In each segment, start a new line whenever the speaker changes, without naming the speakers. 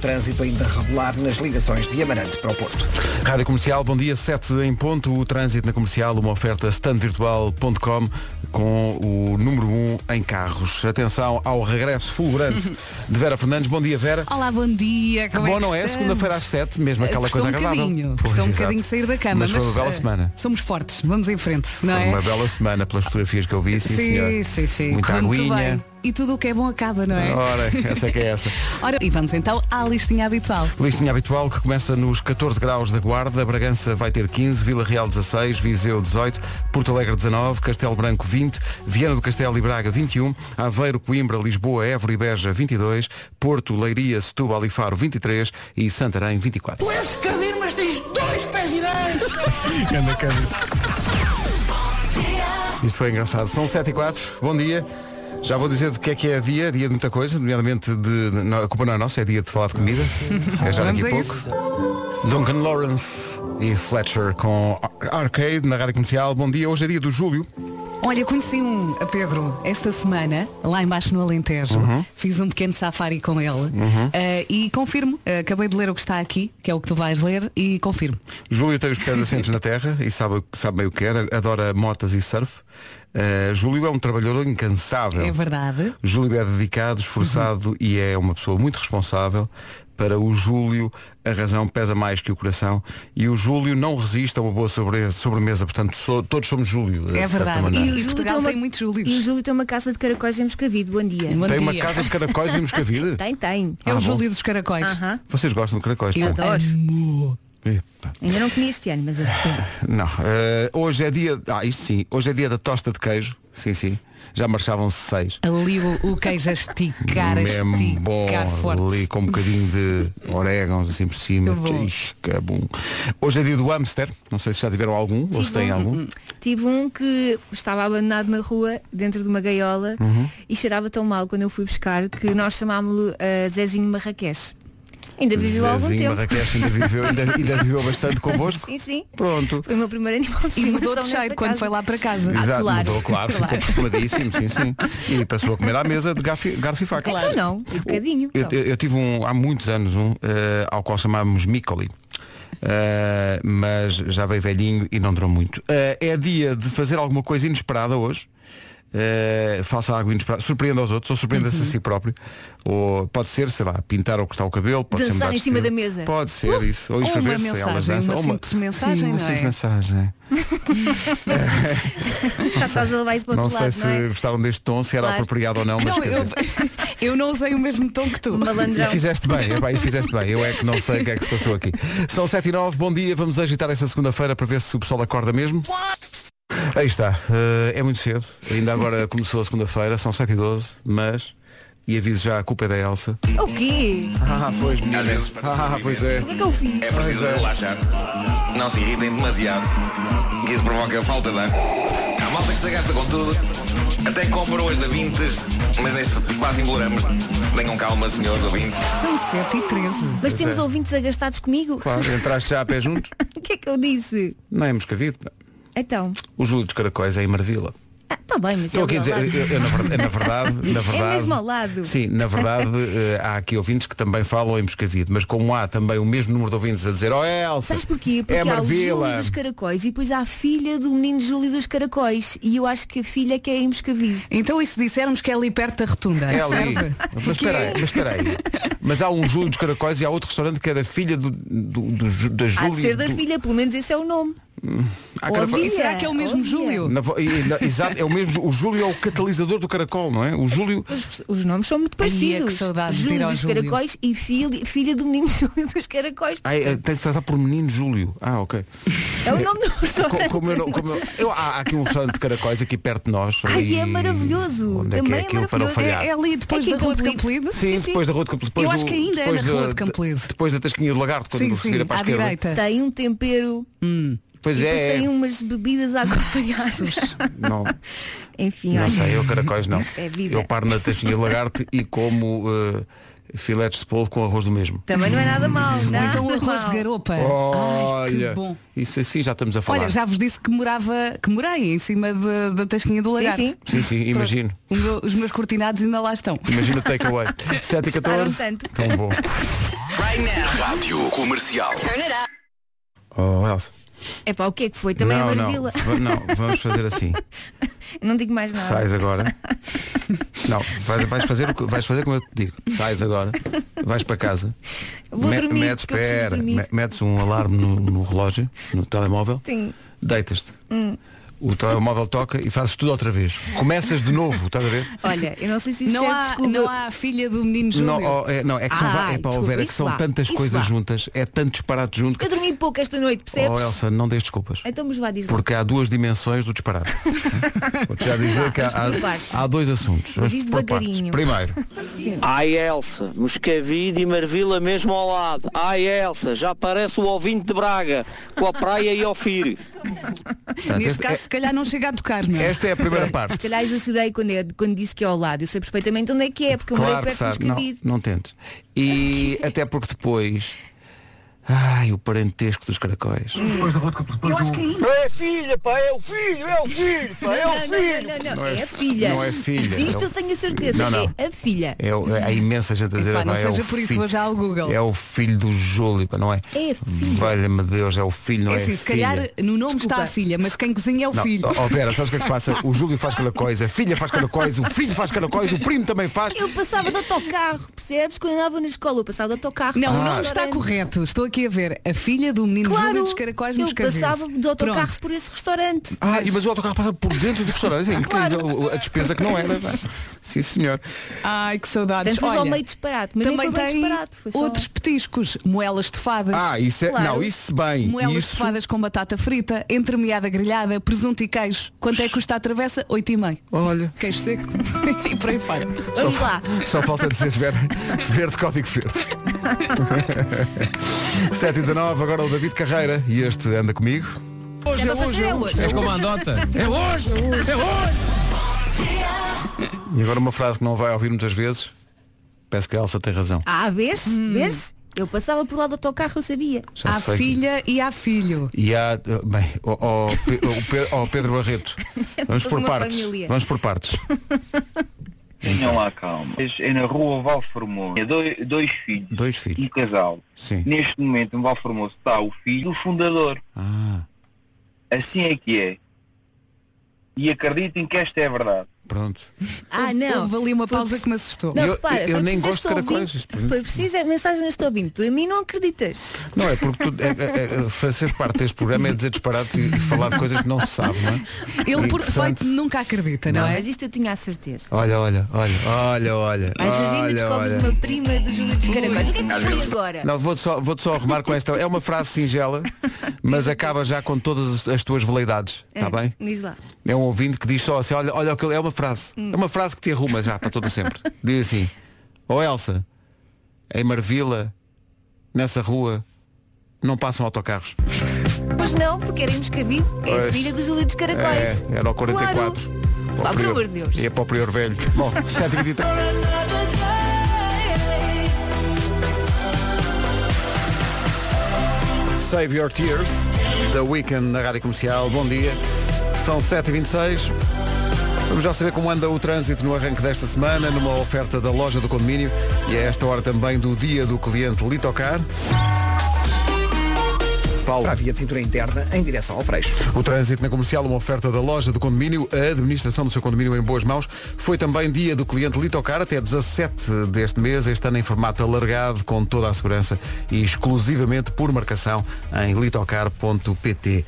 trânsito ainda regular nas ligações de Amarante para o Porto.
Rádio Comercial, bom dia, 7 em ponto, o trânsito na comercial, uma oferta standvirtual.com com o número 1 em carros. Atenção ao regresso fulgurante de Vera Fernandes. Bom dia, Vera.
Olá, bom dia.
Que
como
bom,
que
não é?
estamos?
Segunda-feira às 7, mesmo
Eh,
aquela
custou
coisa
um
agradável.
Bocadinho,
Pois,
custou um
exato.
bocadinho sair da cama.
Mas foi uma bela
eh,
semana.
Somos fortes, vamos em frente, não
Foi
é?
Uma bela semana pelas fotografias que eu vi, sim, senhor.
sim, sim, sim.
Muita
Correu muito
aguinha.
bem. E tudo o que é bom acaba, não é?
Ora, essa é que é essa.
Ora, e vamos então à listinha habitual.
Listinha habitual que começa nos 14 graus da Guarda, Bragança vai ter 15, Vila Real 16, Viseu 18, Porto Alegre 19, Castelo Branco 20, Viana do Castelo e Braga 21, Aveiro, Coimbra, Lisboa, Évora e Beja 22, Porto, Leiria, Setúbal e Faro 23 e Santarém 24.
Tu és Cadir, mas tens dois pés direitos.
Isto foi engraçado. São 7 e 4. Bom dia. Já vou dizer de que é que é dia, dia de muita coisa, nomeadamente de. não, a culpa não é nossa, é dia de falar de comida. É já daqui a
Vamos a
pouco. Duncan Lawrence e Fletcher com Ar- Arcade na Rádio Comercial. Bom dia, hoje é dia do Júlio.
Olha, conheci um, a Pedro, esta semana, lá embaixo no Alentejo.
Uhum.
Fiz um pequeno safari com ele. Eh, e confirmo, eh, acabei de ler o que está aqui, que é o que tu vais ler, e confirmo.
Júlio tem os pés assentes na terra e sabe, sabe bem o que é, adora motas e surf. Eh, Júlio é um trabalhador incansável.
É verdade.
Júlio é dedicado, esforçado e é uma pessoa muito responsável. Para o Júlio, a razão pesa mais que o coração. E o Júlio não resiste a uma boa sobre- sobremesa. Portanto, sou- todos somos Júlio. de
É
certa
verdade.
maneira.
E, Portugal tem, muitos Júlios.
E o Júlio tem uma casa de caracóis em Moscavide. Bom dia.
Bom
Tem uma
dia.
casa de caracóis e moscavide.
Tem, tem.
É
Ah,
o
bom.
Júlio dos Caracóis.
Aham.
Vocês gostam de caracóis?
Eu
pá?
adoro.
Amor.
Epá.
Ainda não comi este ano, mas
Não. Eh, hoje é dia. Ah, isto sim. Hoje é dia da tosta de queijo. Sim, sim. Já marchavam-se seis.
Ali o, o queijo a esticar, a
Mesmo bom
esticar forte.
ali com um bocadinho de orégãos assim por cima.
Que bom.
Ixi, que bom. Hoje é dia do hamster, não sei se já tiveram algum ou se
Tive
têm
um-
algum.
Tive um que estava abandonado na rua, dentro de uma gaiola, e cheirava tão mal quando eu fui buscar que nós chamámos-lo ah, Zezinho Marrakech. Ainda viveu algum
Zezinho
tempo.
Marrakech ainda viveu, ainda, ainda viveu bastante convosco.
Sim, sim.
Pronto.
Foi o meu primeiro animal de
E mudou de
estimação
cheiro
nesta
quando
casa.
foi lá para casa.
Ah,
Exato,
claro,
mudou, claro, ficou
claro.
perfumadíssimo, sim, sim. E passou a comer à mesa de garfo, e- garfo e faca.
Então não, educadinho.
Eu,
Então.
eu- eu tive um, há muitos anos, um, eh, ao qual chamávamos Micoli. Eh, mas já veio velhinho e não durou muito. Eh, é dia de fazer alguma coisa inesperada hoje. Eh, faça algo inesperado, surpreenda aos outros ou surpreenda-se
Uhum.
a si próprio. Ou pode ser, sei lá, pintar ou cortar o cabelo, pode ser
Dançar
mudar
em
de
cima
estilo.
da mesa. Uh,
Pode ser isso. Ou
uma
inscrever-se em aulas de
mensagem,
dança.
uma
Ou
simples mensagem,
Sim, uma
não
simples
é?
mensagem.
Já estás a levar isso para o
Não
outro
sei
lado,
se
não é?
gostaram deste tom, se era
Claro.
apropriado ou não, mas
Não,
quer
eu,
dizer.
eu não usei o mesmo tom que tu.
E
Malandrão.
fizeste bem, epá, e fizeste bem. Eu é que não sei o que é que se passou aqui. São 7 e 9, bom dia. Vamos agitar esta segunda-feira para ver se o pessoal acorda mesmo. Aí está. eh, é muito cedo. Ainda agora começou a segunda-feira, são 7 e 12, mas. E aviso já, a culpa é da Elsa.
O quê?
Ah, pois, menina.
Às vezes parece
Ah,
um
pois é.
O que é que eu fiz?
É preciso relaxar. Não se irritem demasiado. que Isso provoca falta de ar. Há malta que se gasta com tudo. Até compra hoje da Vintes, mas neste quase embolamos. Tenham calma, senhores ouvintes.
São 7 e 13.
Mas temos ouvintes agastados comigo?
é. Claro, entraste já a pé junto.
O que é que eu disse?
Não é Moscavide.
Então,
O Júlio dos Caracóis é em Marvila.
está bem, mas
Estou
é
aqui a
ao
dizer,
lado. É
eu- eu, na verdade, na verdade, na verdade-
mesmo ao lado.
Sim, na verdade eh, há aqui ouvintes que também falam em Moscavide, mas como há também o mesmo número de ouvintes a dizer, oh Elsa,
Sabes porquê? Porque
é
há o
Marvila.
Júlio dos Caracóis e depois há a filha do menino Júlio dos Caracóis. E eu acho que a filha que é em Moscavide.
Então e se dissermos que é ali perto da rotunda?
É ali.
Serve?
Mas espera aí, mas espera aí.
é.
Mas há um Júlio dos Caracóis e há outro restaurante que é da filha do, do, do Ju- da
Há
Júlia.
de ser da
do- Ah,
filha, pelo menos esse é o nome.
Há
ou
Caracóis-
havia.
Será que é o mesmo
Olha.
Júlio?
Na vo- e- na- exato, é o mesmo. O Júlio é o catalisador do caracol, não é? O Júlio.
Os, os nomes são muito
Ai, é que
parecidos.
saudades de ir
Júlio
ao
dos
Júlio.
Caracóis e filha, filha do menino Júlio dos Caracóis.
Ai, eh, tem que tratar por menino Júlio. Ah, ok.
É o nome do
Co-
restaurante.
como eu não- como eu- eu- há há aqui um restaurante de caracóis aqui perto de nós.
Ai,
ali-
é maravilhoso.
Onde é que
Também
é
é
aquilo para não
maravilhoso.
falhar?
É, é ali depois
É
da
aqui em
rua de
Campolide.
Campolide?
Sim,
Sim, sim.
depois da Rua de Campolide. depois
Eu acho
do-
que ainda é
depois
na
da-
Rua de Campolide.
Depois da Tasquinha do Lagarto, quando
Sim,
se vira
sim,
para a
à
esquerda.
direita.
Tem um tempero.
Pois
e depois
é.
um-
tem
é.
umas bebidas a acompanhar.
Não,
Enfim,
não
olha.
sei, eu caracóis não.
É vida.
eu paro na Tasquinha do Lagarto e como eh, filetes de polvo com arroz do mesmo.
Também não é nada mal. Não,
Então o arroz
mal.
de garopa. Ai, que
Olha,
bom.
isso assim já estamos a falar.
Olha, já vos disse que morava, que morei em cima de- da tasquinha do lagarto.
sim.
Sim, sim, imagino.
O meu- os meus cortinados ainda lá estão.
Imagina o takeaway. 7 e
Gostaram
14.
tanto.
Tão bom.
Comercial.
Oh, Elsa.
É pá, o que é que foi? Também
não,
a
não,
Marvila. Ah.
Va- não, vamos fazer assim.
Não digo mais nada.
Sais agora. Não, vais, vais fazer, o que- vais fazer como eu te digo. Sais agora, vais para casa,
Vou
me-
dormir,
metes,
porque eu preciso
pera,
dormir.
me- metes um alarme no, no relógio, no telemóvel,
Sim.
deitas-te.
Hum.
O telemóvel toca e fazes tudo outra vez. Começas de novo, estás a ver?
Olha, eu não sei se isto
Não
é
há,
desculpa.
não há a filha do menino Júlio.
Não, oh, é, não, é que são,
Ah,
va- é para
desculpa,
houver, é que
isso
são
vá,
tantas
isso
coisas
vá.
juntas, é tanto disparate junto que.
Eu dormi pouco esta noite,
Oh
percebes?
Elsa, não dês desculpas.
Então mas vá, diz lá.
Porque há duas dimensões do disparate. Vou-te já dizer que há,
vamos por partes.
há, há dois assuntos. Vamos
Diz
por partes.
devagarinho.
Primeiro,
Ai Elsa, Moscavide e Marvila mesmo ao lado. Ai Elsa, já parece o ouvinte de Braga, com a praia e ao firo.
portanto,
Neste
este-
caso, se calhar não chega a tocar, não
é-
é?
esta é a primeira
Se
parte.
calhar exagerei quando, é- quando disse que é ao lado. Eu sei perfeitamente onde é que é, porque eu
Claro
morei
que
perto
sabe.
de
Não,
Moscavide.
não tentes. E até porque depois. Ai, o parentesco dos caracóis.
É filha, pá, é o filho, é o filho, pá,
Não, não, não, não, não,
Não é
é a
fi-
filha.
não é filha.
Isto
É o-
eu tenho a certeza,
Não, não.
é a filha.
É, o- é- há imensa gente a dizer
Epá, não
"Pá, é
seja
o
por isso,
filho-
vou já ao Google."
É o filho do Júlio, pá, não é?
É filho.
Valha-me Deus, é o filho, não
É
é?
assim, se calhar
filha.
no nome
Desculpa.
está a filha, mas quem cozinha é o
Não,
filho.
ó, ó, Vera, sabes o que é que se passa? O Júlio faz cada coisa, a filha faz cada coisa, o filho faz cada coisa, o primo também faz.
Eu passava de autocarro, percebes? Quando andava na escola, eu passava de autocarro.
Não,
para
Ah.
um
o nome
restaurante.
está correto. Estou aqui a ver a filha do menino Júlio dos Caracóis
eu
nos Caracóis.
passava de autocarro por esse restaurante.
Ah, e mas o autocarro passa por dentro do restaurante, é incrível a despesa que não era. pá. Sim, senhor.
Ai, que saudades.
Portanto, foi ao
Olha,
meio disparado. Mas
também
não foi bem
tem
disparado. Foi só...
outros petiscos, moelas estofadas.
Ah, isso é.
Claro.
Não, isso bem.
Moelas
Isso,
estofadas com batata frita, entremeada grelhada, presunto e queijo. Quanto é que custa a travessa? 8,5.
olha.
Queijo seco e por aí fora.
Vamos lá.
Só falta dizer verde, verde código verde. 7 e 19, agora o David Carreira e este anda comigo.
É para fazer é
um
hoje.
É como a nota.
É hoje! É hoje! E agora uma frase que não vai ouvir muitas vezes. Peço que a Elsa tem razão.
Ah, vês?
Hum.
Vês? Eu passava por lá do autocarro, eu sabia.
Já
Há
sei.
filha e há filho.
E há, eh, bem, o, o Pe- o Pe- o Pedro Barreto. Vamos por
Uma
partes.
família.
Vamos por partes.
Tenham lá calma. É na rua Val Formoso. É dois, dois filhos,
Dois
um
filhos.
casal.
Sim.
Neste momento em Val Formoso está o filho do fundador.
Ah,
Assim é que é. E acreditem que esta é a verdade.
pronto.
Ah, não.
Houve ali uma
Foi
pausa
preciso-
que me assustou.
Não,
Eu-
repara,
eu
foi
nem
preciso
gosto
este
de
ouvinte-
caracóis.
Foi preciso a mensagem neste ouvinte. Tu a mim não acreditas.
Não, é porque tu- é- é- é- fazer parte deste programa é dizer disparates e falar de coisas que não se sabe, não é?
Ele
E,
por
portanto,
defeito nunca acredita, não,
Não,
é?
mas isto eu tinha a certeza.
Olha, olha, olha, olha, olha.
Mas a vinda
olha,
descobres
olha.
uma prima do Júlio dos Caracóis. O que é que foi agora?
Não, vou-te só, vou só arrumar com esta. É uma frase singela, mas acaba já com todas as- as tuas veleidades. Está
Ah,
tá bem?
Diz lá.
É um ouvinte que diz só assim, olha, olha o que ele- é uma frase.
Hum.
É uma frase que te arruma já para todo sempre. Diz assim, ó Elsa, em Marvila, nessa rua, não passam autocarros.
Pois não, porque era em Moscavide, é
Pois.
a filha do Júlio dos Caracóis.
É, era o 44.
Claro.
Para o
Pá, por
Prior-
amor de Deus.
E é para o Prior Velho. Bom, 7h23. Save Your Tears, da Weekend na Rádio Comercial. Bom dia. São 7h26. Vamos já saber como anda o trânsito no arranque desta semana, numa oferta da loja do condomínio e é a esta hora também do dia do cliente Litocar. Paulo,
Para a via de cintura interna em direção ao Freixo.
o trânsito na comercial, uma oferta da loja do condomínio, a administração do seu condomínio em boas mãos. Foi também dia do cliente Litocar até 17 deste mês, este ano em formato alargado, com toda a segurança e exclusivamente por marcação em litocar.pt.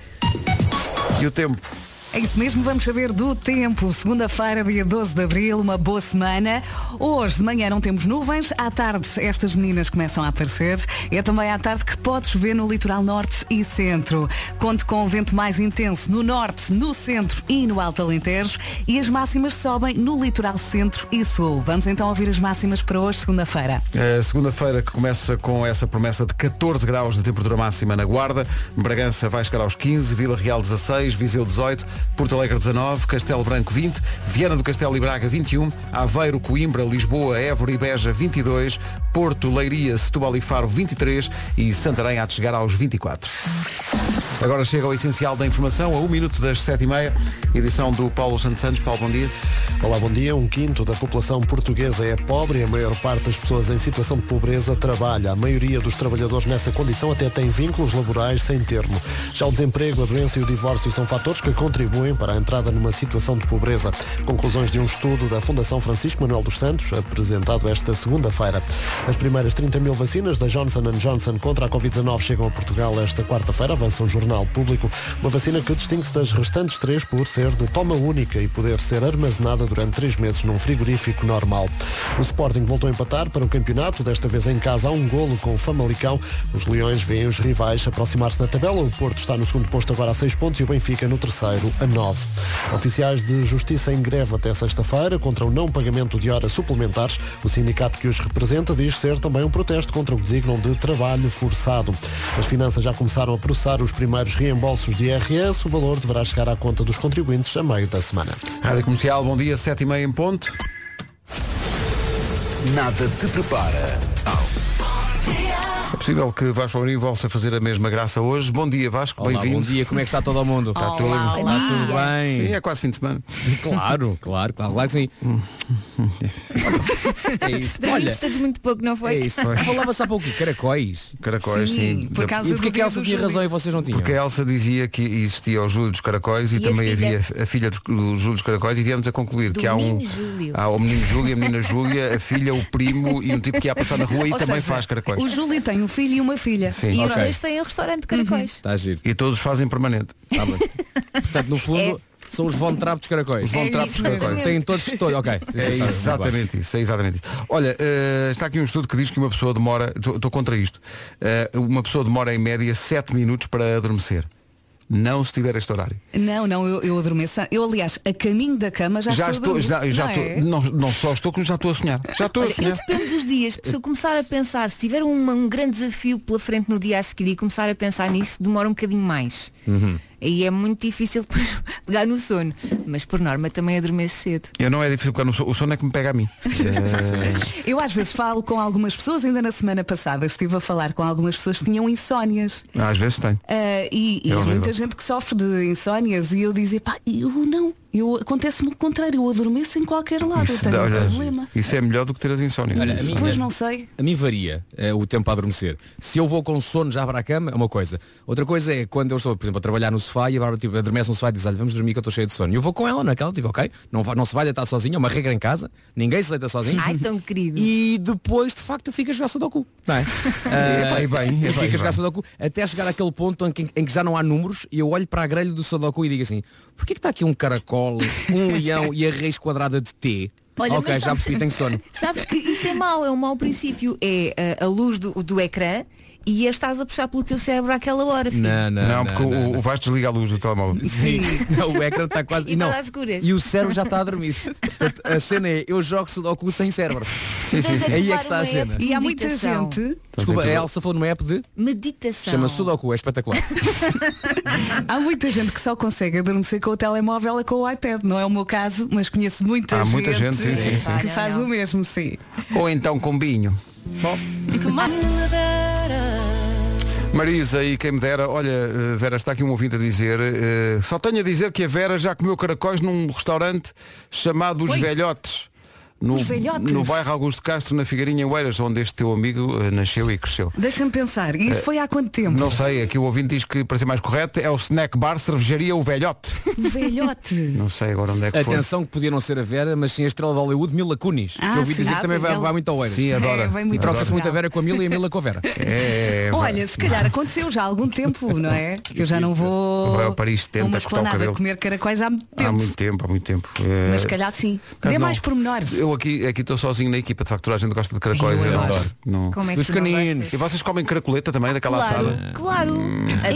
E o tempo?
É isso mesmo, vamos saber do tempo. Segunda-feira, dia 12 de abril, uma boa semana. Hoje de manhã não temos nuvens, à tarde estas meninas começam a aparecer. É também à tarde que podes ver no litoral norte e centro. Conto com o vento mais intenso no norte, no centro e no Alto Alentejo e as máximas sobem no litoral centro e sul. Vamos então ouvir as máximas para hoje, segunda-feira.
A É segunda-feira que começa com essa promessa de 14 graus de temperatura máxima na Guarda. Bragança vai chegar aos 15, Vila Real 16, Viseu 18, Porto Alegre 19, Castelo Branco 20, Viana do Castelo e Braga 21, Aveiro, Coimbra, Lisboa, Évora e Beja 22, Porto, Leiria, Setúbal e Faro 23 e Santarém há de chegar aos 24. Agora chega ao essencial da informação, a 1 minuto das 7h30, edição do Paulo Santos Santos. Paulo, bom dia.
Olá, bom dia. Um quinto da população portuguesa é pobre e a maior parte das pessoas em situação de pobreza trabalha. A maioria dos trabalhadores nessa condição até tem vínculos laborais sem termo. Já o desemprego, a doença e o divórcio são fatores que contribuem para a entrada numa situação de pobreza. Conclusões de um estudo da Fundação Francisco Manuel dos Santos, apresentado esta segunda-feira. As primeiras 30 mil vacinas da Johnson Johnson contra a Covid-19 chegam a Portugal esta quarta-feira, avança o jornal público. Uma vacina que distingue-se das restantes três por ser de toma única e poder ser armazenada durante três meses num frigorífico normal. O Sporting voltou a empatar para o campeonato, desta vez em casa a um golo com o Famalicão. Os Leões veem os rivais aproximar-se na tabela. O Porto está no segundo posto agora a seis pontos e o Benfica no terceiro a nove. Oficiais de Justiça em greve até sexta-feira contra o não pagamento de horas suplementares. O sindicato que os representa diz ser também um protesto contra o que designam de trabalho forçado. As finanças já começaram a processar os primeiros reembolsos de IRS. O valor deverá chegar à conta dos contribuintes a meio da semana.
Rádio Comercial, bom dia, 7h30 em ponto.
Nada te prepara.
É possível que Vasco Amorim volte a fazer a mesma graça hoje. Bom dia, Vasco,
Olá, bom
bem-vindo.
dia, como é que está todo o mundo?
Tá
Está
tudo.
Olá.
tudo
Sim,
bem?
é quase fim de semana.
Claro, claro, claro, claro que sim. É isso. Olha,
Dormimos todos muito pouco, não
é
foi?
isso. Falava-se há pouco de caracóis.
Caracóis, sim.
Por
E
causa
porquê
do
que a Elsa
dia do
tinha
Júlio.
razão e vocês não tinham?
Porque a Elsa dizia que existia o Júlio dos Caracóis e,
E a
também
filha?
havia a filha dos- do Júlio dos Caracóis e viemos a concluir
Do
que há um.
menino Júlio.
Há o menino Júlio, a menina Júlia, a filha, o primo e um tipo que ia passar na rua e
Ou
também
seja,
faz caracóis.
O Júlio tem um filho e uma filha.
Sim.
E os
Ok.
dois têm um restaurante de caracóis.
Está a giro.
E todos fazem permanente.
Está bem. Portanto, no fundo, são os Von Trapp dos caracóis.
Vão
É
trapos de
isso
caracóis.
mesmo.
Têm todos, todos. Ok.
É
Está bem,
exatamente isso, é exatamente isso. Olha, eh, está aqui um estudo que diz que uma pessoa demora, estou contra isto, eh, uma pessoa demora em média 7 minutos para adormecer. Não se tiver este horário.
Não, não, eu, eu adormeço. Eu, aliás, a caminho da cama já,
já
estou. a
estou, já,
dormir,
já
não
estou,
é?
não, não só estou, como já estou a sonhar. Já estou a
Olha, eu
né?
sonhar.
dependo dos dias, se eu começar a pensar, se tiver uma- um grande desafio pela frente no dia a seguir e começar a pensar nisso, demora um bocadinho mais.
Uhum.
E é muito difícil depois pegar no sono. Mas por norma também adormeço cedo.
Eu não é difícil porque eu não sou- o sono é que me pega a mim.
Eu às vezes falo com algumas pessoas, ainda na semana passada estive a falar com algumas pessoas que tinham insónias.
Às vezes tenho.
Ah, e e
É
há
horrível.
muita gente que sofre de insónias e eu dizia, pá, eu não, eu acontece-me o contrário, eu adormeço em qualquer lado, eu tenho um
olha,
problema.
isso é melhor do que ter as insónias.
Olha, a mim-
Pois não sei.
A mim varia eh, o tempo a adormecer. Se eu vou com sono já para a cama, é uma coisa. Outra coisa é quando eu estou, por exemplo, a trabalhar no sofá e a Bárbara tipo, adormece no sofá e diz, olha, vamos dormir que eu estou cheio de sono. E eu vou com ela naquela, tipo, ok, não, va- não se vai deitar sozinha, é uma regra em casa, ninguém se deita sozinho.
Ai, tão querido.
E depois, de facto, eu fico a jogar Sudoku. Não é?
Epá, e bem, e bem,
eu fico
e
a jogar
bem.
Sudoku até chegar àquele ponto em que, em que já não há números e eu olho para a grelha do Sudoku e digo assim, porquê que está aqui um caracol, um leão e a raiz quadrada de T? ok,
mas
já percebi, tenho sono.
Sabes que isso é mau, é um mau princípio. É ah, a luz do, do ecrã e a estás a puxar pelo teu cérebro àquela hora, filho.
Não, não,
não, porque o, o Vasco desliga a luz do telemóvel.
Sim, não, o ecrã está quase.
E
não.
está às escuras.
E o cérebro já está a dormir. Portanto, a cena é eu jogo Sudoku sem cérebro.
Então, Tens de
Aí é
ativar
que está
uma
a cena.
app de
E há muita
meditação.
gente,
Desculpa, a Elsa falou numa app de.
Meditação.
Chama Sudoku, é espetacular.
há muita gente que só consegue adormecer com o telemóvel e com o iPad. Não é o meu caso, mas conheço muita
Há
gente,
muita gente, sim, sim, sim.
que faz o mesmo, sim.
Ou então com binho. Marisa e quem me dera, olha, eh, Vera, está aqui um ouvinte a dizer, eh, só tenho a dizer que a Vera já comeu caracóis num restaurante chamado Os Velhotes. No,
Os Velhotes?
no bairro Augusto Castro, na Figueirinha em Oeiras, onde este teu amigo eh, nasceu e cresceu.
Deixa-me pensar, e isso foi há quanto tempo?
É, Não sei, aqui o ouvinte diz que, para ser mais correto, é o Snack Bar Cervejaria O Velhote.
Um Velhote.
Não sei agora onde é que foi.
Atenção que podia não ser a Vera, mas sim a estrela de Hollywood, Mila Kunis.
Ah,
que eu ouvi
sim.
dizer
Ah,
que também
pois
vai,
ela-
vai muito ao Eiras.
Sim, adora.
É, vem muito
E troca-se
ao
muito a
Portugal.
Vera com a Mila e a Mila com a Vera.
É, vai-
Olha, se calhar aconteceu já há algum tempo, não é? Que eu já não vou
Vai ao Paris, tenta
a uma
cortar o
esplanada
cabelo.
comer caracóis há muito tempo.
há muito tempo, há muito tempo. Eh,
Mas se calhar sim.
Mas
Dê
não.
mais pormenores.
Eu aqui aqui estou sozinho na equipa, de facto, toda a gente gosta de caracóis.
Eu
eu não-
adoro.
não-
Como é que
Dos
tu não gostas?
caninos.
E vocês comem caracoleta também, daquela
Claro,
Hum.
assada?
claro.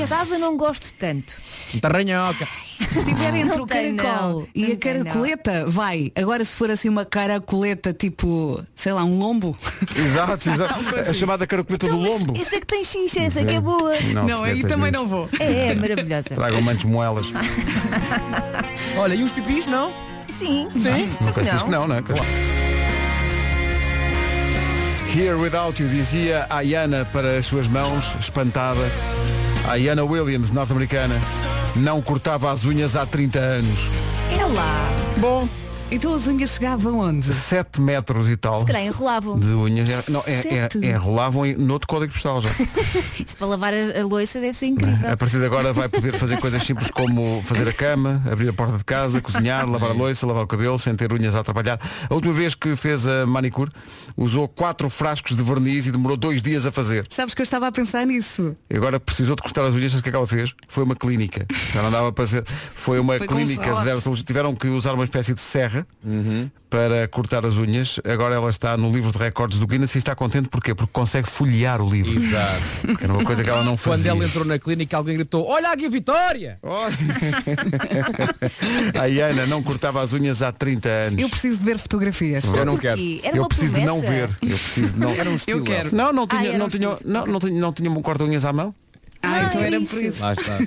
Assada não gosto tanto.
Tarranhoca.
Se estiver entre
Não
o
tem,
caracol
não.
e
Não
a
tem, não.
caracoleta, vai. Agora se for assim uma caracoleta tipo, sei lá, um lombo.
Exato, exato. A chamada caracoleta
Então,
do lombo.
Essa que tem chincha, essa que é boa.
Não,
não, aí
tinha
também
isso.
não vou.
É, é maravilhosa.
Tragam mantos moelas.
Olha, e os pipis não?
Sim.
Nunca se diz que
Não.
não, não é? Claro. Here Without You dizia a Ayana para as suas mãos, espantada. A Ayana Williams, norte-americana, não cortava as unhas há 30 anos.
É lá.
Bom,
Então as unhas chegavam onde?
7 metros e tal.
Se calhar um enrolavam.
De unhas, É- não, é, é,
Sete.
é, enrolavam em- noutro código postal já.
Isso para lavar a, a louça deve ser incrível.
A partir de agora vai poder fazer coisas simples como fazer a cama, abrir a porta de casa, cozinhar, lavar a louça, lavar o cabelo, sem ter unhas a atrapalhar. A última vez que fez a manicure, usou quatro frascos de verniz e demorou dois dias a fazer.
Sabes que eu estava a pensar nisso.
E agora precisou de cortar as unhas, sabes o que é que ela fez? Foi uma clínica. Já não dava para ser. Foi uma
Foi com
clínica.
sorte.
de dermatologia. Tiveram que usar uma espécie de serra para cortar as unhas. Agora ela está no livro de recordes do Guinness e está contente porquê? Porque consegue folhear o livro.
Exato.
Que era uma coisa que ela não
Quando
fazia.
ela entrou na clínica, alguém gritou, olha aqui a Vitória!
Oh. A Iana não cortava as unhas há 30 anos.
Eu preciso de ver fotografias.
Eu não
Porquê?
quero.
Era
eu
uma
preciso de não ver.
promessa.
Eu preciso de não. Era um
estilo. quero.
Não, não
Ah,
tinha,
era
não,
um
tinha,
estilo.
não, não tinha, não tinha um corta-unhas à mão.
Ah, então
é
era
isso.
por isso.
Lá está.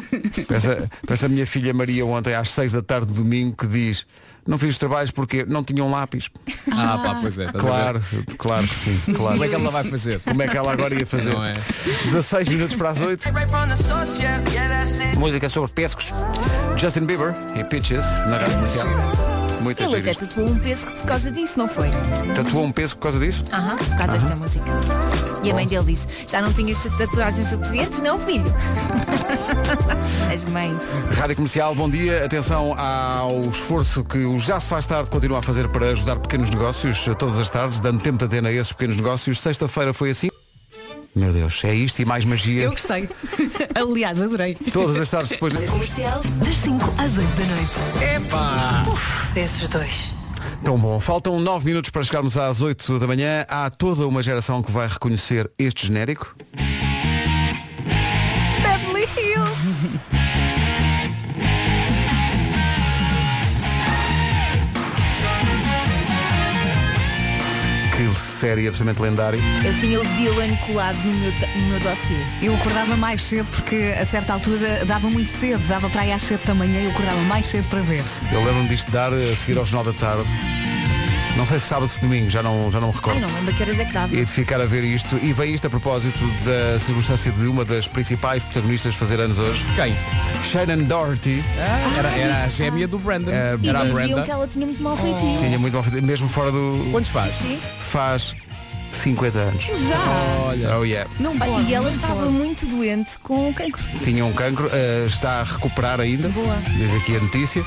Pensa, pensa a minha filha Maria ontem às 6 da tarde de domingo que diz não fiz os trabalhos porque não tinha um lápis.
Ah, pá, pois é. estás a ver?
Claro, claro que sim. Claro.
Como é que ela vai fazer?
Como é que ela agora ia fazer?
Não é?
16 minutos para as 8. Música sobre pescos. Justin Bieber e Peaches na rádio comercial. Muitas
Ele até
giras.
tatuou um peso por causa disso, não foi?
Tatuou um peso por causa disso?
Aham, por causa desta música. E a mãe dele disse, já não tinhas tatuagens suficientes, não, filho? As mães.
Rádio Comercial, bom dia. Atenção ao esforço que o Já Se Faz Tarde continua a fazer para ajudar pequenos negócios eh, todas as tardes, dando tempo de antena a esses pequenos negócios. Sexta-feira foi assim. Meu Deus, é isto e mais magia.
Eu gostei. Aliás, adorei.
Todas as tardes depois.
Comercial, das 5 às 8 da noite.
Epá!
Esses dois.
Tão bom. Faltam 9 minutos para chegarmos às 8 da manhã. Há toda uma geração que vai reconhecer este genérico.
Beverly Hills.
Que série absolutamente lendária.
Eu tinha o Dylan colado no meu, ta- no meu dossiê.
Eu acordava mais cedo porque a certa altura dava muito cedo, dava para aí às 7 da manhã e eu acordava mais cedo para ver.
Eu lembro-me disto de dar eh, a seguir ao Jornal da Tarde. Não sei se sábado ou se domingo, já não, já não me recordo.
Ai, não lembro a que horas é que dava.
e de ficar a ver isto. E veio isto a propósito da circunstância de uma das principais protagonistas fazer anos hoje.
Quem?
Shannon Doherty
Ah, Era, era a gêmea do Brandon.
É,
E
era a
diziam
Brenda.
que ela tinha muito mau feitio.
tinha muito mal feito, mesmo fora do.
Quantos faz?
Sim.
Faz 50 anos.
Já.
Olha. Oh yeah.
Não
Olha,
pode.
e ela estava muito doente com o cancro.
Tinha um cancro, eh, está a recuperar ainda.
Boa.
Diz aqui a notícia.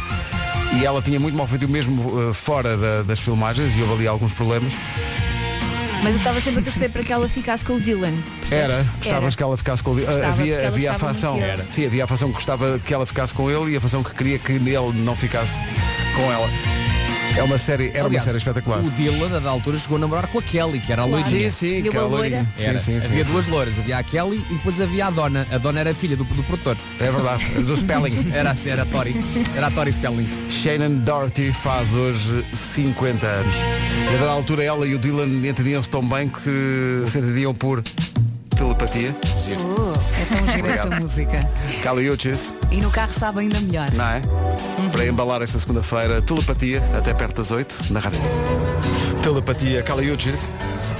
E ela tinha muito mal feito mesmo eh, fora da- das filmagens e houve ali alguns problemas.
Mas eu estava sempre a torcer para que ela ficasse com o Dylan. percebes?
Era, gostavas que ela ficasse com ele. Ah,
Gostava, porque
havia
ela
havia a
gostava
fação.
muito dele.
Sim, havia a fação que gostava que ela ficasse com ele e a fação que queria que ele não ficasse com ela. É uma série, era uma
Aliás,
série espetacular.
O Dylan, a da altura, chegou a namorar com a Kelly, que era a
Claro.
loirinha.
E né?
que
uma
ela-
loira?
Era.
Sim, sim, sim.
havia
sim.
duas loiras, havia a Kelly e depois havia a Dona. A Dona era a filha do, do produtor.
É verdade, do Spelling.
Era, assim, era a Tori. Era a Tori Spelling.
Shannon Doherty faz hoje 50 anos. E a dada altura ela e o Dylan entendiam-se tão bem que se entendiam por telepatia.
Oh,
É tão gira esta
Obrigado.
música.
Caliuches,
E no carro sabe ainda melhor.
não é? Para embalar esta segunda-feira, telepatia, até perto das 8, na rádio. Telepatia Caliuches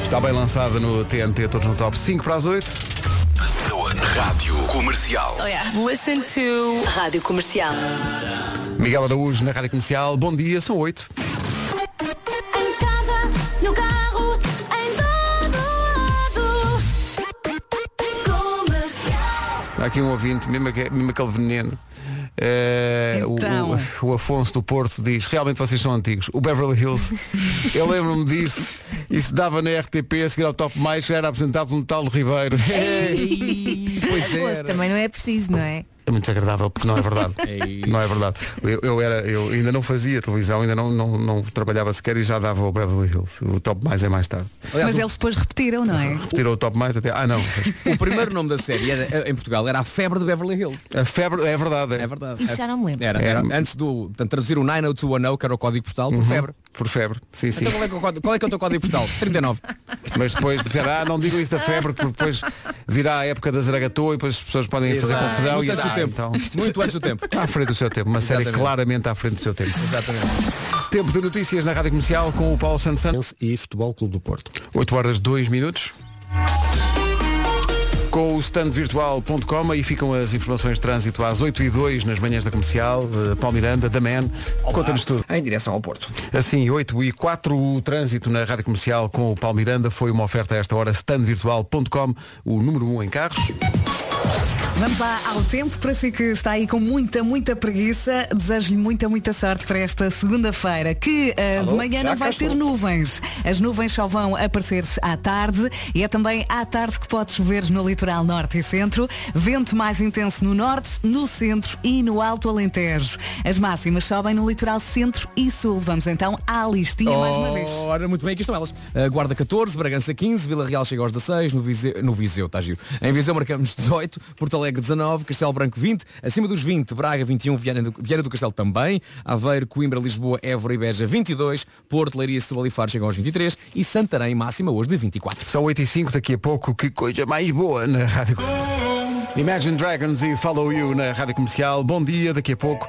está bem lançada no TNT, todos no top 5 para as 8.
Rádio Comercial.
Listen to Rádio Comercial.
Miguel Araújo na rádio comercial, bom dia, são 8.
Em casa, no carro, em todo lado. Comercial.
Há aqui um ouvinte, mesmo, aque- mesmo aquele veneno. Eh, o-
Então.
o, o Afonso do Porto diz, realmente vocês são antigos. O Beverly Hills, eu lembro-me disso, e se dava na RTP, a seguir ao Top Mais, já era apresentado no tal de Ribeiro.
Pois
Pois,
era.
também não é preciso, não é?
É muito desagradável porque não é verdade.
Ei.
não é verdade. Eu, eu era, eu ainda não fazia televisão, ainda não, não, não trabalhava sequer e já dava o Beverly Hills. O top mais é mais tarde.
Mas eles depois repetiram, não é?
Tirou o top mais até. Ah não.
O primeiro nome da série era- eh, em Portugal era A Febre de Beverly Hills.
A febre é verdade.
É verdade.
Isso já não me lembro.
Era, era antes do portanto, traduzir o 90210, que era o código postal, por febre.
Por febre, sim, Uhum. sim.
Então qual é, que é o código- qual é que é o teu código postal? 39.
Mas depois disseram, ah, não digam isto da febre, porque depois virá a época da Zaragatua e depois as pessoas podem fazer
Exato.
confusão
Muito
e
antes do
ah,
tempo.
então.
Muito antes do tempo.
À frente do seu tempo, uma série
Exatamente.
claramente à frente do seu tempo.
Exatamente.
Tempo de notícias na Rádio Comercial com o Paulo Santos Santos.
E Futebol Clube do Porto.
8 horas 2 minutos. Com o standvirtual.com aí ficam as informações de trânsito às 8 e 2 nas manhãs da comercial. Eh, Paulo Miranda, da Man, conta-nos tudo.
Em direção ao Porto.
Assim, 8 e 4, o trânsito na Rádio Comercial com o Paulo Miranda foi uma oferta a esta hora, standvirtual.com, o número 1 em carros.
Vamos lá ao tempo, para si que está aí com muita, muita preguiça, desejo-lhe muita, muita sorte para esta segunda-feira, que ah, de manhã não vai ter nuvens. As nuvens só vão aparecer à tarde e é também à tarde que pode chover no litoral norte e centro, vento mais intenso no norte, no centro e no alto Alentejo. As máximas sobem no litoral centro e sul. Vamos então à listinha
Oh.
mais uma vez.
Oh. Ora, muito bem, aqui estão elas. Uh, Guarda 14, Bragança 15, Vila Real chega aos 16, no Viseu, no Viseu está giro. Em Viseu marcamos 18, Porto Alegre 19, Castelo Branco 20, acima dos 20, Braga 21, Viana do, Viana do Castelo também, Aveiro, Coimbra, Lisboa, Évora e Beja 22, Porto, Leiria, Setúbal e Faro chegam aos 23 e Santarém máxima hoje de 24.
São 8 e 5 daqui a pouco, que coisa mais boa na Rádio Imagine Dragons e Follow You na Rádio Comercial. Bom dia, daqui a pouco.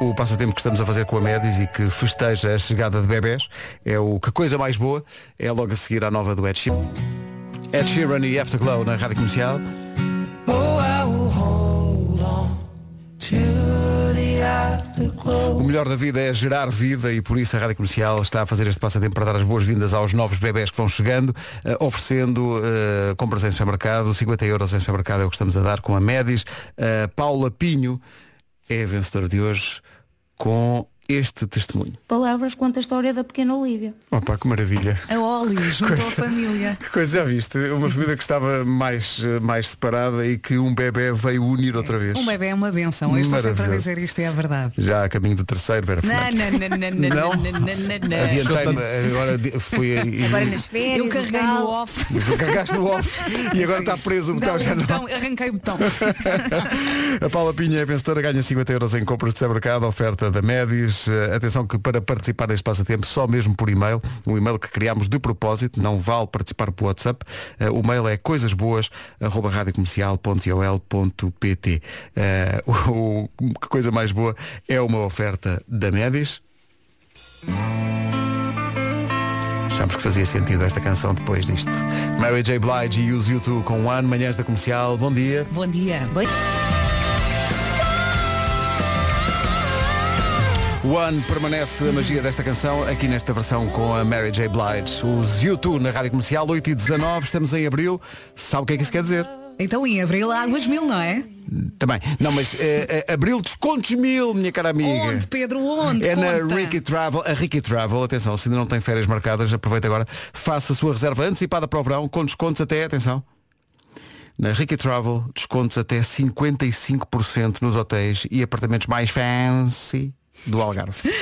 O passatempo que estamos a fazer com a Médis e que festeja a chegada de bebés é o Que Coisa Mais Boa, é logo a seguir à nova do Ed Sheeran. Ed Sheeran e Afterglow na Rádio Comercial. O melhor da vida é gerar vida e por isso a Rádio Comercial está a fazer este passatempo para dar as boas-vindas aos novos bebés que vão chegando, eh, oferecendo eh, compras em supermercado, 50 euros em supermercado é o que estamos a dar com a Médis. A Paula Pinho é a vencedora de hoje com este testemunho.
Palavras conta a história da pequena Olivia.
Opa, que maravilha.
A Oli junto à
Coisa-
família.
Que coisa já viste? Uma família que estava mais, eh, mais separada e que um bebê veio unir outra vez.
Um bebê é uma benção. Eu estou sempre a
Maravilhoso.
dizer isto, é a verdade.
Já a caminho do terceiro, Vera
Não,
Fernandes.
não, não, não, não, não, não, não, não.
Adiantei-me, agora di- fui aí-
Agora nas férias.
Eu carreguei
e tal.
no off.
Carregaste no off e agora está preso o botão
Não,
já não.
então, arranquei o botão.
A Paula Pinha é vencedora, ganha 50 euros em compras de supermercado, oferta da Médis. Eh, Atenção que para participar deste passatempo, só mesmo por e-mail, um e-mail que criámos de propósito, não vale participar por WhatsApp. Eh, O e-mail é coisasboas.radiocomercial.ol.pt Eh, O que coisa mais boa é uma oferta da Médis. Achamos que fazia sentido esta canção depois disto. Mary J. Blige e os YouTube com One, manhãs da comercial. Bom dia.
Bom dia.
One permanece a magia desta canção aqui nesta versão com a Mary J. Blige. Os YouTube na rádio comercial 8 e 19, estamos em abril. Sabe o que é que isso quer dizer?
Então em abril há águas mil, não é?
Também. Não, mas eh, eh, abril descontos mil, minha cara amiga.
Onde, Pedro, onde?
É
Conta.
na Ricky Travel, a Ricky Travel, atenção, se ainda não tem férias marcadas, aproveita agora, faça a sua reserva antecipada para o verão, com descontos até, atenção, na Ricky Travel, descontos até 55% nos hotéis e apartamentos mais fancy do Algarve.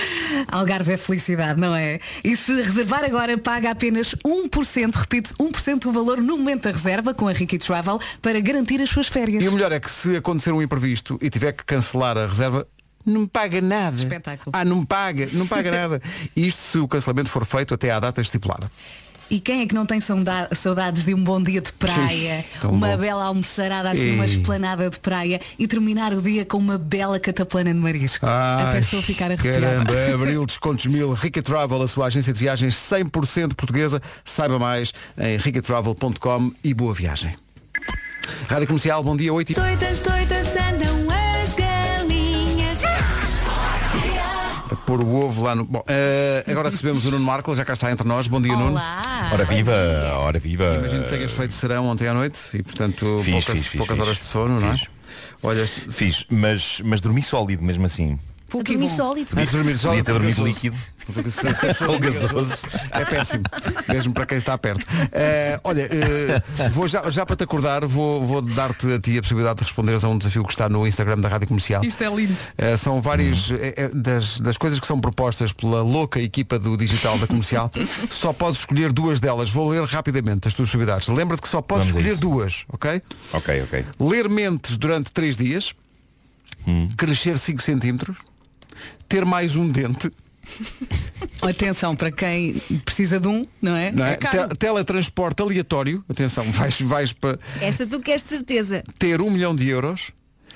Algarve é felicidade, não é? E se reservar agora, paga apenas 1%, repito, 1% do valor no momento da reserva com a Ricky Travel para garantir as suas férias.
E o melhor é que se acontecer um imprevisto e tiver que cancelar a reserva, não me paga nada.
Espetáculo.
Ah, não me paga, não paga nada. Isto se o cancelamento for feito até à data estipulada.
E quem é que não tem sonda- saudades de um bom dia de praia,
Sim, tão
uma
bom.
bela almoçarada, assim, uma
Ei.
esplanada de praia e terminar o dia com uma bela cataplana de marisco? Até
Ai,
estou a ficar arrepiada.
Caramba, é Abril Descontos Mil, Rica Travel, a sua agência de viagens 100% portuguesa. Saiba mais em ricatravel.com e boa viagem. Rádio Comercial, bom dia 8 e...
Doidas, doidas andam as galinhas.
Ah,
Pôr o ovo lá no... Bom, eh, agora recebemos o Nuno Marco, já cá está entre nós. Bom dia, Nuno.
Ah,
Olá!
Ora viva, ora viva.
Imagino
Eh,
que tenhas feito serão ontem à noite e, portanto,
Fiz,
poucas,
fiz, fiz,
poucas
fiz.
horas de sono, não é?
Olha, fiz, mas, mas dormi sólido mesmo assim.
A dormir sólido.
Antes de dormir só.
Podia ter dormido
gasoso.
líquido.
Se- se- se-
Ou gasoso.
É péssimo. Mesmo para quem está perto. Eh, olha, eh, vou já, já para te acordar, vou, vou dar-te a ti a possibilidade de responderes a um desafio que está no Instagram da Rádio Comercial.
Isto é lindo.
Eh, são várias
Hum.
eh, eh, das, das coisas que são propostas pela louca equipa do digital da comercial. só podes escolher duas delas. Vou ler rapidamente as tuas possibilidades. Lembra-te que só podes
Vamos a
escolher
isso.
duas, ok?
Ok, ok.
Ler mentes durante três dias,
Hum.
crescer 5 centímetros, ter mais um dente.
Atenção, para quem precisa de um, não é?
Não é?
É caro.
Te- teletransporte aleatório, atenção, vais, vais para
Esta tu queres de certeza.
ter um milhão de euros,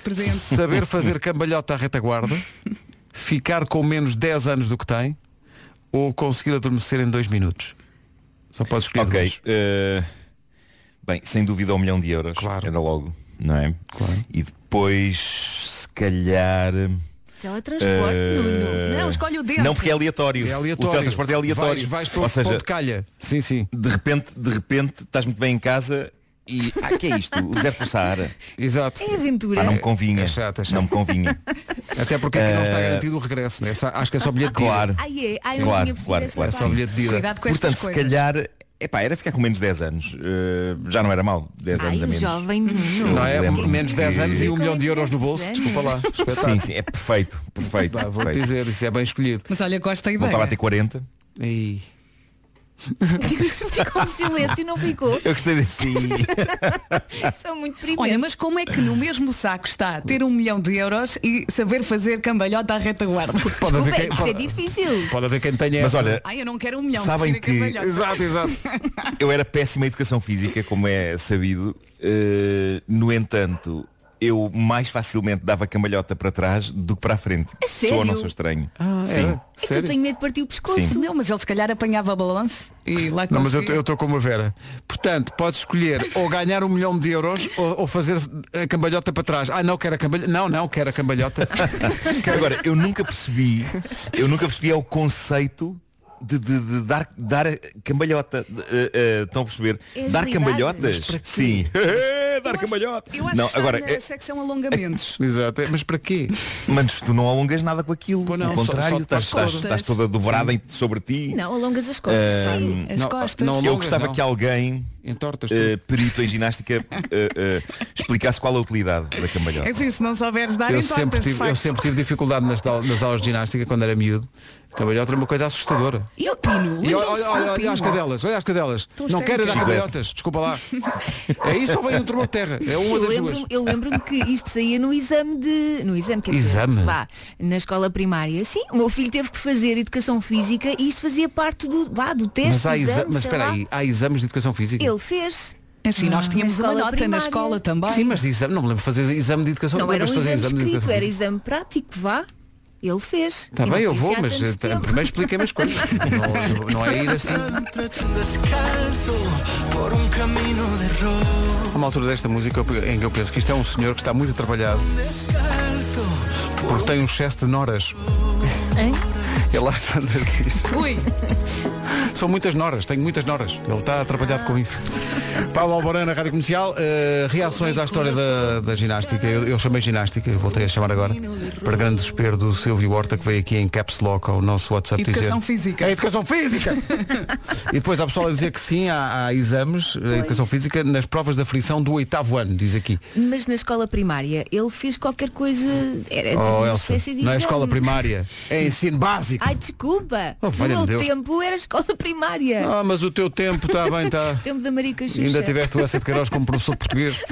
Presente.
saber fazer cambalhota à retaguarda, ficar com menos 10 anos do que tem ou conseguir adormecer em dois minutos. Só podes escolher
Ok.
dois.
eh, bem, sem dúvida um milhão de euros. Claro. Era logo, não é? Claro. E depois, se calhar.
Teletransporte,
eh,
Nuno. Não, escolhe o dente.
Não, porque é aleatório.
É aleatório.
O teletransporte é aleatório.
Vais- vais para
Ou
o
seja,
ponto de calha. Sim, sim.
De repente, de repente, estás muito bem em casa e. Ah, que é isto? O deserto do Saara.
Exato.
É aventura.
Ah, não me convinha. Não me convinha.
Até porque aqui não está
Eh,
garantido o regresso, né? Só- acho que é só bilhete de ida.
Claro.
Ai, é. Ai, eu não
claro,
tinha percebido
claro,
essa
claro.
parte.
Só bilhete de ida.
Cuidado com
Portanto,
estas
se
coisas.
calhar, epá, era ficar com menos 10 anos. Eh, já não era mal, 10
Ai,
anos a
o
menos.
jovem Nuno.
Não é?
Lembro-me
Menos 10
que-
anos e um
Com
milhão de euros no
10
bolso.
anos.
Desculpa lá. Espetáculo.
Sim, sim, é perfeito, perfeito.
Pá, Vou-te
perfeito.
dizer, isso é bem escolhido.
Mas olha, gosto da
Voltava a
ideia.
ter 40.
Aí.
ficou em silêncio, não ficou?
Eu gostei desse.
São muito primeiros.
Olha, mas como é que no mesmo saco está ter um milhão de euros e saber fazer cambalhota à retaguarda?
Pode haver
Desculpa,
quem,
isto é
pode,
difícil.
pode haver quem tenha
Mas
essa.
olha,
Ai, eu não quero um milhão.
Sabem
prefiro a
que-
cambalhota.
Exato, exato.
eu era péssima em educação física, como é sabido. Eh, no entanto, eu mais facilmente dava cambalhota para trás do que para a frente.
sério?
Sou ou não sou estranho?
Ah,
Sim.
Era?
É que eu
Sério?
tenho medo de partir o pescoço.
Sim.
Não, mas ele se calhar apanhava balanço e lá
Não, mas eu
conseguia.
estou como a Vera. Portanto, podes escolher ou ganhar um milhão de euros ou, ou fazer a cambalhota para trás. Ah, não, quero a cambalhota. Não, não, quero a cambalhota.
Agora, eu nunca percebi, eu nunca percebi é o conceito de, de- de dar, dar cambalhota. De, eh, eh, estão a perceber?
É
dar
agilidade.
cambalhotas? Sim. dar
Eu acho-
cambalhota.
Eu acho
não,
que está
agora,
na
eh,
é-
secção alongamentos.
Exato. Mas para quê?
mas tu não alongas nada com aquilo.
Pois não,
Ao
só-
contrário,
só
estás,
as
estás-
costas.
estás toda dobrada em- sobre ti.
Não, alongas as costas.
Sim, as
não,
costas.
não-
Eu
Alongas,
gostava que alguém,
Entortas tu.
eh, perito em ginástica, eh, eh, explicasse qual a utilidade da cambalhota.
É assim, se não souberes dar,
Eu
então
sempre,
tens de
tive, eu
facto.
sempre tive dificuldade nas, tal- nas aulas de ginástica quando era miúdo. A Cambalhota era uma coisa assustadora.
E então, o pino?
E
Lembram-se
olha, olha,
do
olha, olha
pino?
as cadelas, olha as cadelas. Não quero dar
histéricas.
cambalhotas, desculpa lá. É isso ou vem um tremor de terra? É uma
Eu
das duas.
lembro-me eu lembro-me que isto saía no exame de. No exame, quer dizer,
Exame?
vá, na escola primária. Sim, o meu filho teve que fazer educação física e isto fazia parte do, vá, do teste.
Mas há
exame,
exa- mas
sei
espera
lá.
aí, há exames de educação física?
Ele fez.
Assim, nós tínhamos
na
uma
escola
nota na
primária.
escola também.
Sim, mas de exame, não me lembro de fazer exame de educação.
Não era um
lembras de fazer
exame
exame de
escrito,
educação
era
física?
exame prático, vá. Ele fez.
Está
E não
Tá bem, eu
fiz
vou,
já há
mas
tanto
eh,
tempo.
primeiro expliquem-me as coisas. Não, não é ir assim. Há uma altura desta música eu- em que eu penso que isto é um senhor que está muito atrapalhado porque tem um excesso de noras.
Hein?
Ele às tantas diz.
Ui,
São muitas noras, tenho muitas noras. Ele está atrapalhado com isso. Paulo Alborã na Rádio Comercial, eh, reações à história da, da ginástica. Eu, eu chamei ginástica, eu voltei a chamar agora, para grande desespero do Silvio Horta, que veio aqui em caps lock ao nosso WhatsApp
Educação
dizer.
física.
É educação física! e depois há pessoal a dizer que sim, há, há exames, eh, educação física, nas provas da frição do oitavo ano, diz aqui.
Mas na escola primária ele fez qualquer coisa. Era tipo
Oh,
uma
Elsa,
espécie de
não é
exame.
escola primária, é ensino básico.
Ai, desculpa.
Oh,
no
valha-me
meu
Deus.
tempo era escola primária.
Ah, mas o teu tempo está bem, tá. está.
Tempo da Marica Xuxa.
Ainda tiveste o Essa de Queiroz como professor de português.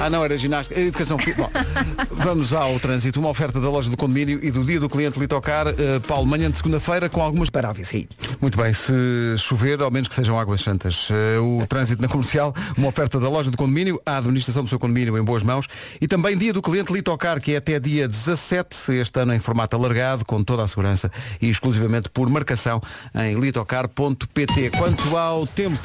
Ah não, era ginástica, era educação física. Bom, vamos ao trânsito, uma oferta da loja do condomínio e do dia do cliente Litocar, eh, Paulo, manhã de segunda-feira com algumas paráveis aí. Muito bem, se chover, ao menos que sejam águas santas. Eh, o trânsito na comercial, uma oferta da loja do condomínio, a administração do seu condomínio em boas mãos e também dia do cliente Litocar, que é até dia 17, este ano em formato alargado, com toda a segurança e exclusivamente por marcação em litocar.pt. Quanto ao tempo,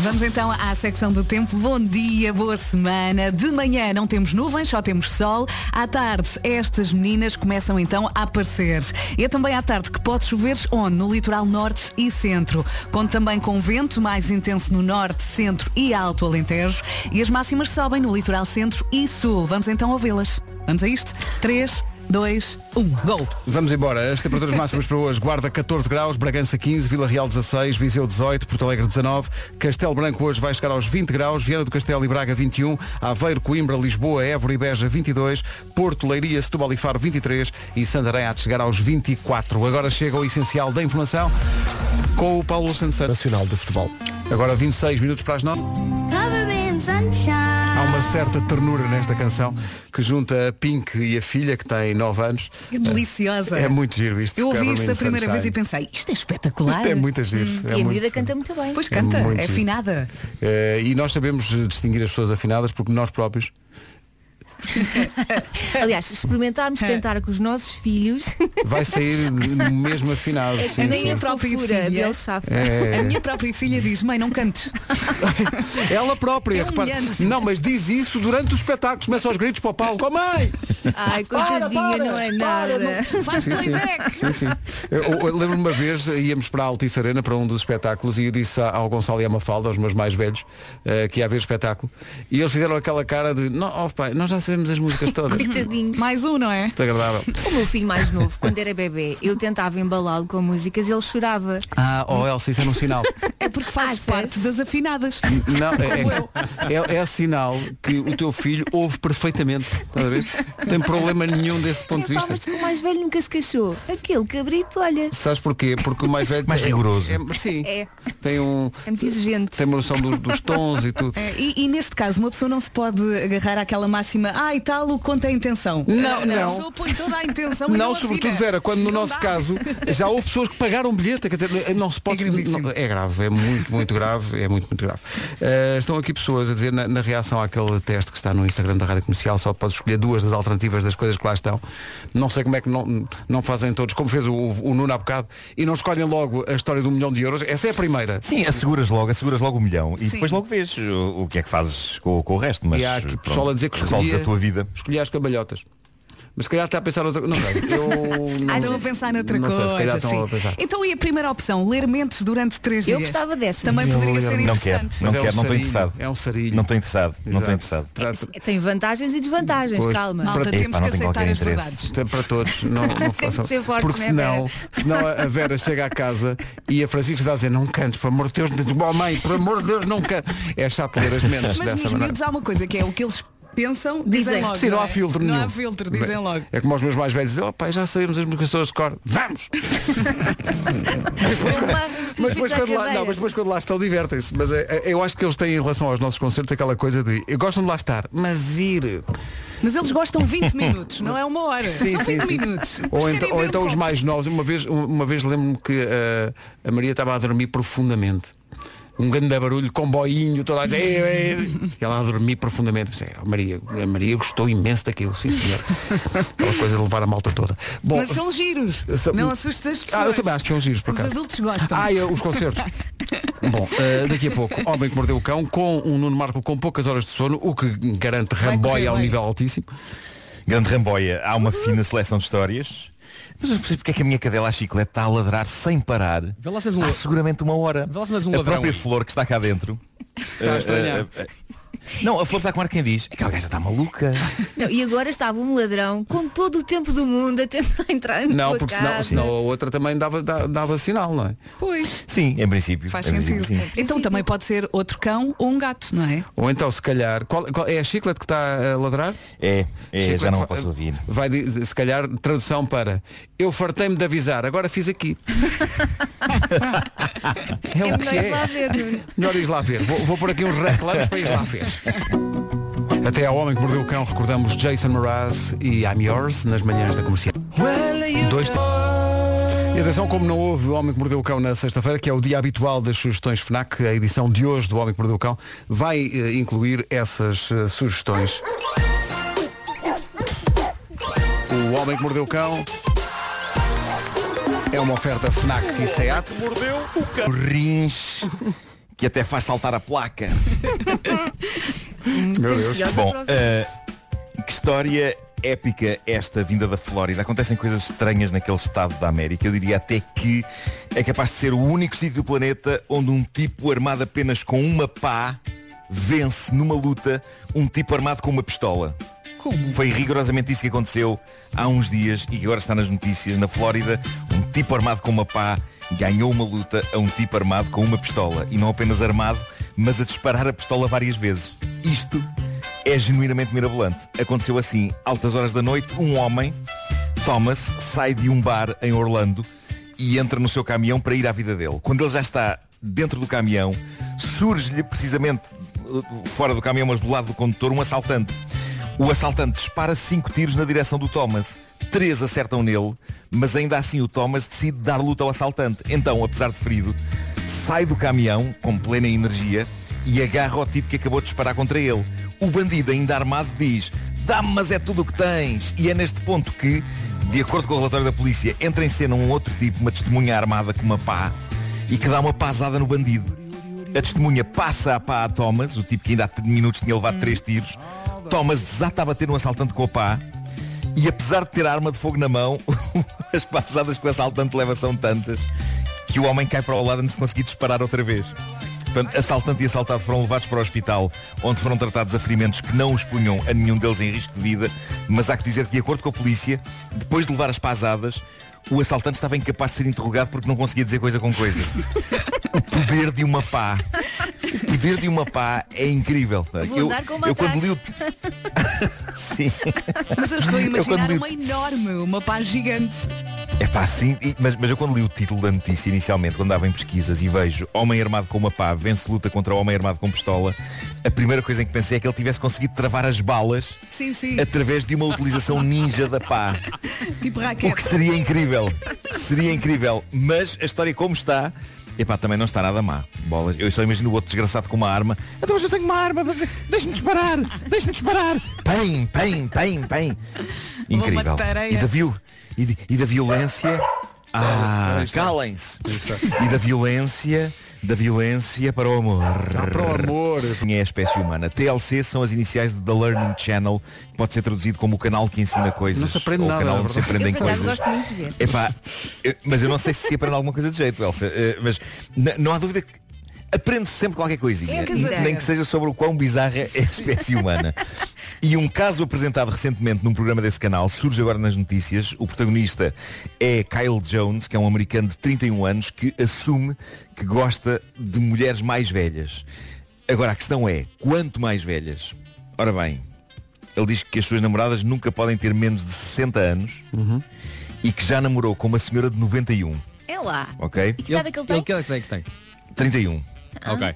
Vamos então à secção do tempo. Bom dia, boa semana. De manhã não temos nuvens, só temos sol. À tarde, estas meninas começam então a aparecer. É também à tarde que pode chover onde? No litoral norte e centro. Conto também com vento mais intenso no norte, centro e alto Alentejo. E as máximas sobem no litoral centro e sul. Vamos então ouvi-las. Vamos a isto? 3, 2, 1. Gol!
Vamos embora. As temperaturas máximas para hoje. Guarda 14 graus, Bragança 15, Vila Real 16, Viseu 18, Porto Alegre 19, Castelo Branco hoje vai chegar aos 20 graus, Viana do Castelo e Braga 21, Aveiro, Coimbra, Lisboa, Évora e Beja 22, Porto, Leiria, Setúbal e Faro 23 e Santarém há de chegar aos 24. Agora chega o essencial da informação com o Paulo Santos
Nacional de Futebol.
Agora 26 minutos para as 9.
Cover in
Há
sunshine.
uma certa ternura nesta canção que junta a Pink e a filha que tem 9 anos.
É deliciosa.
É muito giro isto.
Eu ouvi
Cover
isto
Me
a
in
primeira vez e
Sunshine.
pensei, isto é espetacular.
Isto é muito giro, Hum. é
e a
muito
miúda canta muito bem.
Pois canta,
muito
é
giro.
afinada.
Eh, e nós sabemos eh, distinguir as pessoas afinadas porque nós próprios.
Aliás, se experimentarmos
É.
cantar com os nossos filhos, é
Vai sair mesmo afinado. sim,
a minha
sim.
própria
Própria
filha
filha.
deles sabe.
É.
A minha própria filha diz, mãe, não cantes.
Ela própria,
É
repara.
humilhante.
Não, mas diz isso durante os espetáculos, começa aos gritos para o palco. Oh, mãe!
Ai, coitadinha, não é nada.
Faz
Sim, sim.
playback.
Sim, sim. Eu, eu lembro-me uma vez, eh, íamos para a Altice Arena para um dos espetáculos e eu disse a- ao Gonçalo e à Mafalda, aos meus mais velhos, eh, que ia haver espetáculo. E eles fizeram aquela cara de, não, oh, pai, nós já sabemos as músicas todas. Muito
Coitadinhos.
Mais um, não é?
agradável.
O meu filho mais novo, quando era bebê, eu tentava embalá-lo com músicas e ele chorava.
Ah, oh Elsa, isso era um sinal.
É porque fazes
Achas?
parte das afinadas.
Não,
Como eu.
é, é, é sinal que o teu filho ouve perfeitamente. Estás a ver? Não Tem problema nenhum desse ponto de
Epá,
vista.
mas o mais velho nunca se queixou. Aquele cabrito, olha,
Sabes porquê? Porque o mais velho. Mais rigoroso. sim.
é,
Tem, um,
é muito exigente.
tem uma noção do- dos tons e tudo.
É, E, e neste caso, uma pessoa não se pode agarrar àquela máxima, ah, e tal, o conta a intenção.
Não,
A
não.
pessoa põe toda a intenção e
Não,
afina.
sobretudo Vera, quando no
Não
nosso
dá.
caso já houve pessoas que pagaram um bilhete, quer dizer, não se pode.
É gravíssimo.
não- é grave, é muito, muito grave, é muito, muito grave. Eh, estão aqui pessoas a dizer na, na reação àquele teste que está no Instagram da Rádio Comercial, só podes escolher duas das alternativas das coisas que lá estão. Não sei como é que não, não fazem todos, como fez o, o Nuno há bocado, e não escolhem logo a história do milhão de euros. Essa é a primeira.
Sim, asseguras logo, asseguras logo o milhão e
Sim.
depois logo vês o, o que é que fazes com, com o resto. Mas
e há aqui
pronto,
pessoal a dizer que
resolves
escolhia,
a tua vida.
escolhia as cambalhotas. Mas se calhar está a pensar outra coisa. Não sei. Eu não,
Ah, estão a pensar noutra
não
coisa.
Sei, se calhar estão
sim.
a pensar.
Então e a primeira opção? Ler mentes durante três
Eu
dias.
gostava
é
dessa.
Também poderia ser
Não quero,
interessante.
não
Mas é um
quero, não estou
sarilho,
interessado.
É um sarilho.
Não estou interessado, não estou
Exato.
interessado.
Trata-
É, Tem vantagens e desvantagens,
Pois.
calma.
Malta,
Para-
temos
Epá, não
que
tem
aceitar
qualquer
as
interesse.
verdades.
Tem para todos, não, não
que
façam.
ser fortes,
Porque
não é,
senão, senão a Vera chega à casa e a Francisca está a dizer, não cantes, por amor de Deus, oh, mãe, por amor de Deus, não cantes. É chato ler as mentes
Mas
dessa
nos
maneira.
miúdos há uma coisa que é o que eles pensam, dizem,
Dizem.
logo.
Sim, não há
é?
filtro
Não
nenhum.
há filtro, dizem
Bem,
logo.
É como os meus mais velhos dizem, oh pai, já sabemos as músicas todas de cor. Vamos!
Não amarres os teus
Mas depois,
filhos à
quando lá,
cadeira.
não, mas depois quando lá estão, divertem-se. Mas é, é, eu acho que eles têm em relação aos nossos concertos aquela coisa de eu gosto de lá estar, mas ir.
Mas eles gostam 20 minutos, não é uma hora. São 20 minutos.
Ou,
Eles
então-
querem
ou
ver
então
um
os
copo.
mais novos. Uma vez, um, uma vez lembro-me que eh, a Maria estava a dormir profundamente. Um grande barulho, comboinho, toda a... eh, E ela a dormir profundamente. Pensei, "Oh, Maria, a Maria gostou imenso daquilo, sim senhor. Aquela coisa de levar a malta toda. Bom,
Mas são giros.
são-
Não assustas as pessoas.
ah, eu também acho que são giros, por
Os
acaso.
adultos gostam.
Ah, eu- os concertos. Bom, eh, daqui a pouco, Homem que Mordeu o Cão, com um Nuno Marco com poucas horas de sono, o que garante
correr
ramboia ao
bem.
nível altíssimo.
Grande Ramboia, há uma
Uhum.
fina seleção de histórias. Mas eu não percebo porque é que a minha cadela à chiclete está a ladrar sem parar.
Vê lá se és um
Há
la-
Ah,
seguramente uma hora.
Vê lá se não és um
a
ladrão
própria
aí.
flor que está cá dentro.
Está a estranhar.
Não, a flor está com ar quem diz. Aquela gaja está maluca.
Não, e agora estava um ladrão com todo o tempo do mundo a tentar entrar na
Não,
tua
porque senão,
casa.
senão a outra também dava, dava, dava sinal, não é?
Pois.
Sim, em princípio.
Faz
em princípio,
sentido.
Ah. sim.
Então também pode ser outro cão ou um gato, não é?
Ou então, se calhar, qual, qual- é a chiclete que está a ladrar?
É, é
Chiclete
já não a
fa-
posso ouvir.
Vai, de- se calhar, tradução para Eu fartei-me de avisar, agora fiz aqui.
É
o
melhor
que
ir lá ver, Nuno.
Melhor ir lá ver. Vou, vou pôr aqui uns reclames para ir lá ver. Até ao Homem que Mordeu o Cão recordamos Jason Mraz e I'm Yours nas manhãs da comercial. Dois te- e atenção, como não houve o Homem que Mordeu o Cão na sexta-feira, que é o dia habitual das sugestões FNAC, a edição de hoje do Homem que Mordeu o Cão vai eh, incluir essas eh, sugestões. O Homem que Mordeu o Cão é uma oferta FNAC e SEAT.
O rins que até faz saltar a placa.
Meu
Ansiosa
Bom,
para ouvir.
eh, que história épica é esta vinda da Flórida. Acontecem coisas estranhas naquele estado da América. Eu diria até que é capaz de ser o único sítio do planeta onde um tipo armado apenas com uma pá vence numa luta um tipo armado com uma pistola.
Como?
Foi rigorosamente isso que aconteceu há uns dias e que agora está nas notícias. Na Flórida, um tipo armado com uma pá ganhou uma luta a um tipo armado com uma pistola. E não apenas armado, mas a disparar a pistola várias vezes. Isto é genuinamente mirabolante. Aconteceu assim, altas horas da noite, um homem, Thomas, sai de um bar em Orlando e entra no seu caminhão para ir à vida dele. Quando ele já está dentro do caminhão, surge-lhe precisamente eh, fora do caminhão, mas do lado do condutor, um assaltante. O assaltante dispara cinco tiros na direção do Thomas. Três acertam nele, mas ainda assim o Thomas decide dar luta ao assaltante. Então, apesar de ferido, sai do caminhão com plena energia e agarra o tipo que acabou de disparar contra ele. O bandido, ainda armado, diz Dá-me, mas é tudo o que tens. E é neste ponto que, de acordo com o relatório da polícia, entra em cena um outro tipo, uma testemunha armada com uma pá, e que dá uma pasada no bandido. A testemunha passa a pá a Thomas, o tipo que ainda há 3 minutos tinha levado três tiros. Thomas desata a bater um assaltante com a pá e apesar de ter a arma de fogo na mão, as passadas que o assaltante leva são tantas que o homem cai para o lado antes de conseguir disparar outra vez. Portanto, assaltante e assaltado foram levados para o hospital, onde foram tratados a ferimentos que não os punham a nenhum deles em risco de vida, mas há que dizer que, de acordo com a polícia, depois de levar as pasadas, o assaltante estava incapaz de ser interrogado porque não conseguia dizer coisa com coisa. O poder de uma pá. O poder de uma pá é incrível.
Vou
eu,
andar com
eu quando li o...
o...
Sim.
Mas eu estou a imaginar
quando li o
uma enorme, uma pá gigante.
É pá, sim, e- mas, mas eu quando li o título da notícia inicialmente, quando dava em pesquisas e vejo Homem armado com uma pá vence luta contra homem armado com pistola, a primeira coisa em que pensei é que ele tivesse conseguido travar as balas
Sim, sim.
através de uma utilização ninja da pá.
Tipo raquete.
É O que seria incrível. Seria incrível. Mas a história como está, epá, também não está nada má. Bolas. Eu só imagino o outro desgraçado com uma arma. Então mas eu tenho uma arma, mas deixe-me disparar, deixe-me disparar. Pem, pem, pem, pem. Incrível.
matar a
E da,
ela.
viol... e, de- e da violência. Ah, calem-se. E da violência. Da violência para o amor. Para o amor. É a espécie humana. TLC são as iniciais de The Learning Channel, que pode ser traduzido como o canal que ensina coisas.
Não se aprende
ou o
nada,
canal
na
onde se
verdade.
aprendem
Eu, por acaso,
coisas.
gosto muito de ver.
Epá, eu- mas eu não sei se se aprende alguma coisa de jeito, Elsa. eh, Mas n- não há dúvida que aprende -se sempre qualquer coisinha.
É caseira.
nem que seja sobre o quão bizarra é a espécie humana. E um caso apresentado recentemente num programa desse canal surge agora nas notícias. O protagonista é Kyle Jones, que é um americano de 31 anos que assume que gosta de mulheres mais velhas. Agora a questão é, quanto mais velhas? Ora bem, ele diz que as suas namoradas nunca podem ter menos de 60 anos e que já namorou com uma senhora de 91,
É lá.
ok? um.
E que idade é que ele tem?
é que tem? 31. Ok.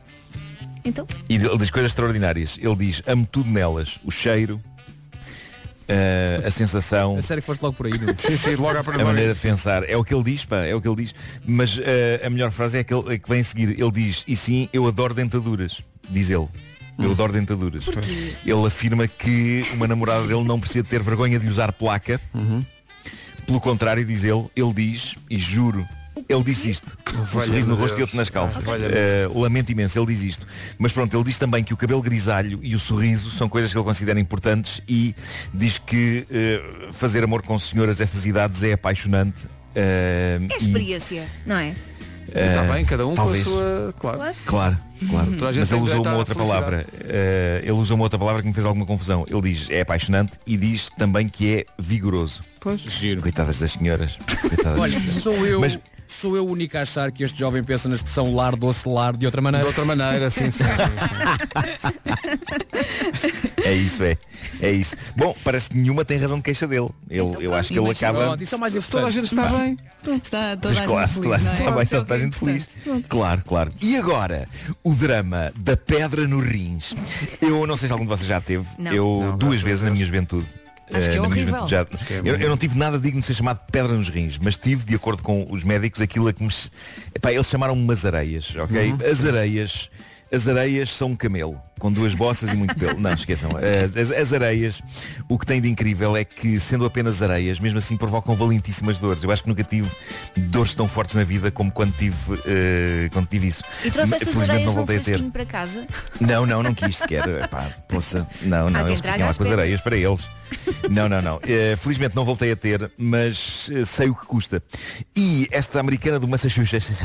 Então,
E ele diz coisas extraordinárias. Ele diz, amo tudo nelas. O cheiro, ah, a sensação. A sério que foste logo por aí,
é?
não? sim,
sim, logo à primeira.
A maneira de pensar. É o que ele diz, pá, é o que ele diz. Mas ah, a melhor frase é que, ele- é que vem a seguir. Ele diz, e sim, eu adoro dentaduras, diz ele. Eu adoro dentaduras. Ele afirma que uma namorada dele não precisa ter vergonha de usar placa. Pelo contrário, diz ele, ele diz, e juro, ele disse isto. Um
Valha-me
sorriso no
Deus.
rosto e outro nas calças.
Ah, valha-me.
Eh, lamento imenso, ele diz isto. Mas pronto, ele diz também que o cabelo grisalho e o sorriso são coisas que ele considera importantes e diz que eh, fazer amor com senhoras destas idades é apaixonante. eh,
é
e,
experiência, não é?
eh,
Está bem, cada um
talvez.
com a sua. Claro.
Claro, claro.
Toda a gente
Mas ele
tem
usou
direito à
uma outra
felicidade.
palavra. Eh, ele usou uma outra palavra que me fez alguma confusão. Ele diz é apaixonante e diz também que é vigoroso.
Pois.
Giro. Coitadas das senhoras. Coitadas
Olha,
das senhoras.
sou eu.
Mas-
Sou eu o único a achar que este jovem pensa na expressão lar, doce, lar, de outra maneira. Tá
De outra maneira, sim, tá sim,
É isso, é. É isso. Bom, parece que nenhuma tem razão de queixa dele. Ele, eu acho que ele acaba.
é
Pá,
Está toda
Pois
a
claro,
gente
toda a
feliz,
gente está
não é?
bem, toda a gente feliz. Claro, claro. E agora, o drama da pedra no rins. Eu não sei se algum de vocês já teve.
Não.
Eu duas vezes na minha juventude.
Acho
eh,
que é
na minha
horrível.
juventude já-
Acho que é
eu,
muito.
eu não tive nada digno de ser chamado de pedra nos rins, mas tive, de acordo com os médicos, aquilo a que me. se- Epá, eles chamaram-me umas areias, ok?
Uhum.
As areias. As areias são um camelo, com duas bossas e muito pelo. Não, esqueçam. As, as- as areias, o que tem de incrível é que, sendo apenas areias, mesmo assim provocam valentíssimas dores. Eu acho que nunca tive dores tão fortes na vida como quando tive, eh, quando tive isso.
E trouxeste as
Felizmente
areias
não
num
voltei a ter.
fresquinho para casa?
Não, não, não quis sequer. Epá, poça, não, não,
Alguém
eles
traga
tinham lá
as
com as
pedras.
areias para eles. Não, não, não. Eh, felizmente não voltei a ter, mas eh, sei o que custa. E esta americana do Massachusetts,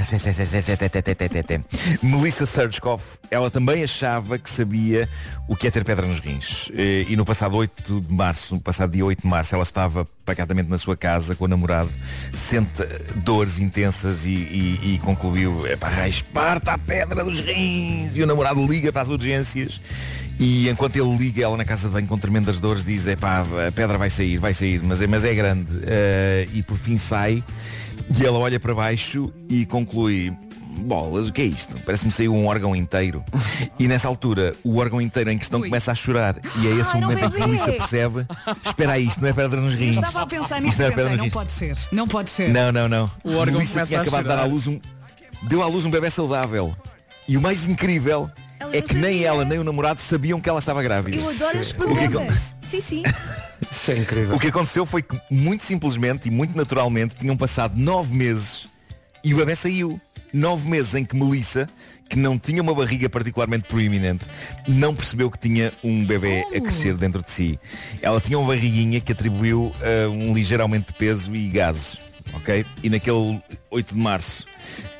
Melissa Surgekoff, ela também achava que se sabia o que é ter pedra nos rins. Eh, E no passado 8 de março, no passado dia 8 de março, ela estava pacatamente na sua casa com o namorado, sente dores intensas e, e- e concluiu, é para parta a pedra dos rins. E o namorado liga para as urgências e enquanto ele liga ela na casa de banho com tremendas dores diz, é pá, a pedra vai sair, vai sair, mas é, mas é grande. Eh, e por fim sai e ela olha para baixo e conclui Bolas, o que é isto? Parece-me que saiu um órgão inteiro. E nessa altura, o órgão inteiro em questão começa a chorar. E é esse
Ai,
o
não
momento em que a
bebê!
polícia percebe. Espera aí, isto não é pedra nos
Eu
rins.
estava a pensar nisso
Isto
e
não é
pensei,
pedra
não
nos rins.
pode ser, não pode ser.
Não, é não, não.
O órgão
Melissa
começa
tinha
a
acabado de dar à
chorar.
luz um. Deu à luz um bebê saudável. E o mais incrível é que nem ela nem o namorado sabiam que ela estava grávida.
Eu adoro as
O que é que-
perguntas. Sim, sim.
Isso é incrível.
o que aconteceu foi que muito simplesmente e muito naturalmente tinham passado nove meses e o bebê saiu. Nove meses em que Melissa, que não tinha uma barriga particularmente proeminente, não percebeu que tinha um bebê a crescer dentro de si. Ela tinha uma barriguinha que atribuiu a um ligeiro aumento de peso e gases. Ok? E naquele 8 de março,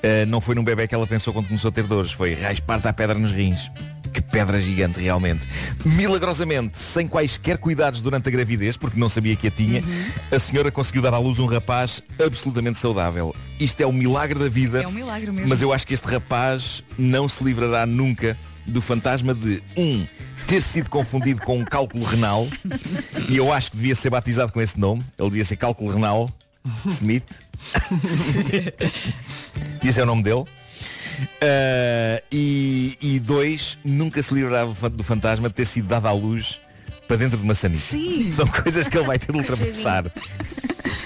ah, não foi num bebê que ela pensou quando começou a ter dores. Foi raspar-te a pedra nos rins. Que pedra gigante realmente. Milagrosamente, sem quaisquer cuidados durante a gravidez, porque não sabia que a tinha, a senhora conseguiu dar à luz um rapaz absolutamente saudável. Isto é o milagre da vida.
É um milagre mesmo.
Mas eu acho que este rapaz não se livrará nunca do fantasma de um ter sido confundido com um cálculo renal e eu acho que devia ser batizado com esse nome. Ele devia ser cálculo renal Smith. E esse é o nome dele. Ah, e, e dois, nunca se livrará do fa- do fantasma de ter sido dado à luz para dentro de uma sanita.
Sim.
São coisas que ele vai ter de ultrapassar.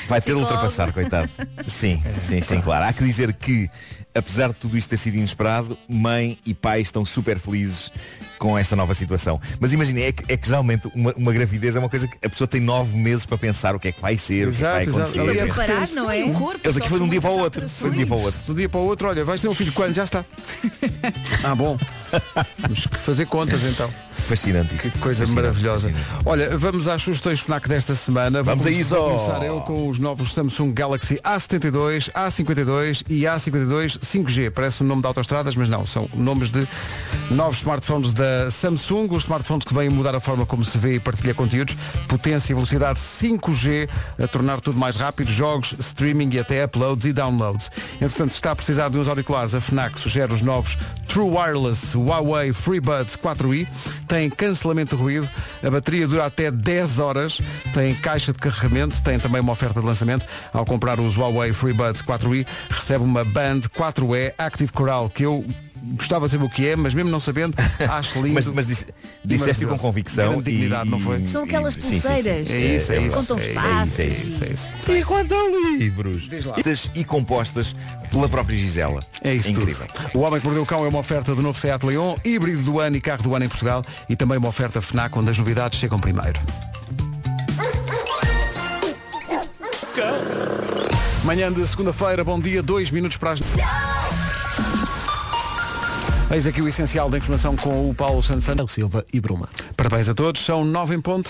Vai ter de
Psicólogo.
ultrapassar, coitado. Sim, sim, sim, claro. Há que dizer que, apesar de tudo isto ter sido inesperado, mãe e pai estão super felizes com esta nova situação. Mas imaginem, é que, é que geralmente uma, uma gravidez é uma coisa que a pessoa tem nove meses para pensar o que é que vai ser, o que
Exato,
vai acontecer.
exato. Ali é de
Parar, não é?
Ele daqui foi de um dia para o outro. Foi de um dia para o outro.
Do dia para o outro, olha, vais ter um filho quando? Já está. Ah, bom. Temos que fazer contas então.
Fascinante isto.
Que coisa maravilhosa. Olha, vamos às sugestões FNAC desta semana.
Vamos a
Vou-
isso.
Vou começar eu com os novos Samsung Galaxy A72, A52 e A52 5G. Parece um nome de autostradas, mas não. São nomes de novos smartphones da Samsung. Os smartphones que vêm mudar a forma como se vê e partilha conteúdos. Potência e velocidade 5G a tornar tudo mais rápido. Jogos, streaming e até uploads e downloads. Entretanto, se está a precisar de uns auriculares, a FNAC sugere os novos True Wireless Huawei FreeBuds 4i. Tem cancelamento de ruído. A bateria dura até 10 horas. Tem caixa de carregamento. Tem também uma oferta de lançamento. Ao comprar os Huawei FreeBuds 4i, recebe uma Band 4E Active Coral, que eu gostava de saber o que é, mas mesmo não sabendo, acho lindo.
Mas- mas disse- disseste com convicção
Grande dignidade,
e-
não foi?
São aquelas
Sim, sim, sim.
pulseiras.
É isso, é
que
isso.
Contam os
É
passos.
isso, é isso, é isso.
E quanto a
livros
Diz lá.
feitas e compostas pela própria Gisela.
É isso
Incrível.
tudo. O Homem que Mordeu o Cão é uma oferta do novo Seat Leon, híbrido do ano e carro do ano em Portugal e também uma oferta FNAC onde as novidades chegam primeiro. Manhã de segunda-feira, bom dia, dois minutos para as... Eis aqui o essencial da informação com o Paulo Santos Santos.
Silva e Bruma.
Parabéns a todos, são nove em ponto.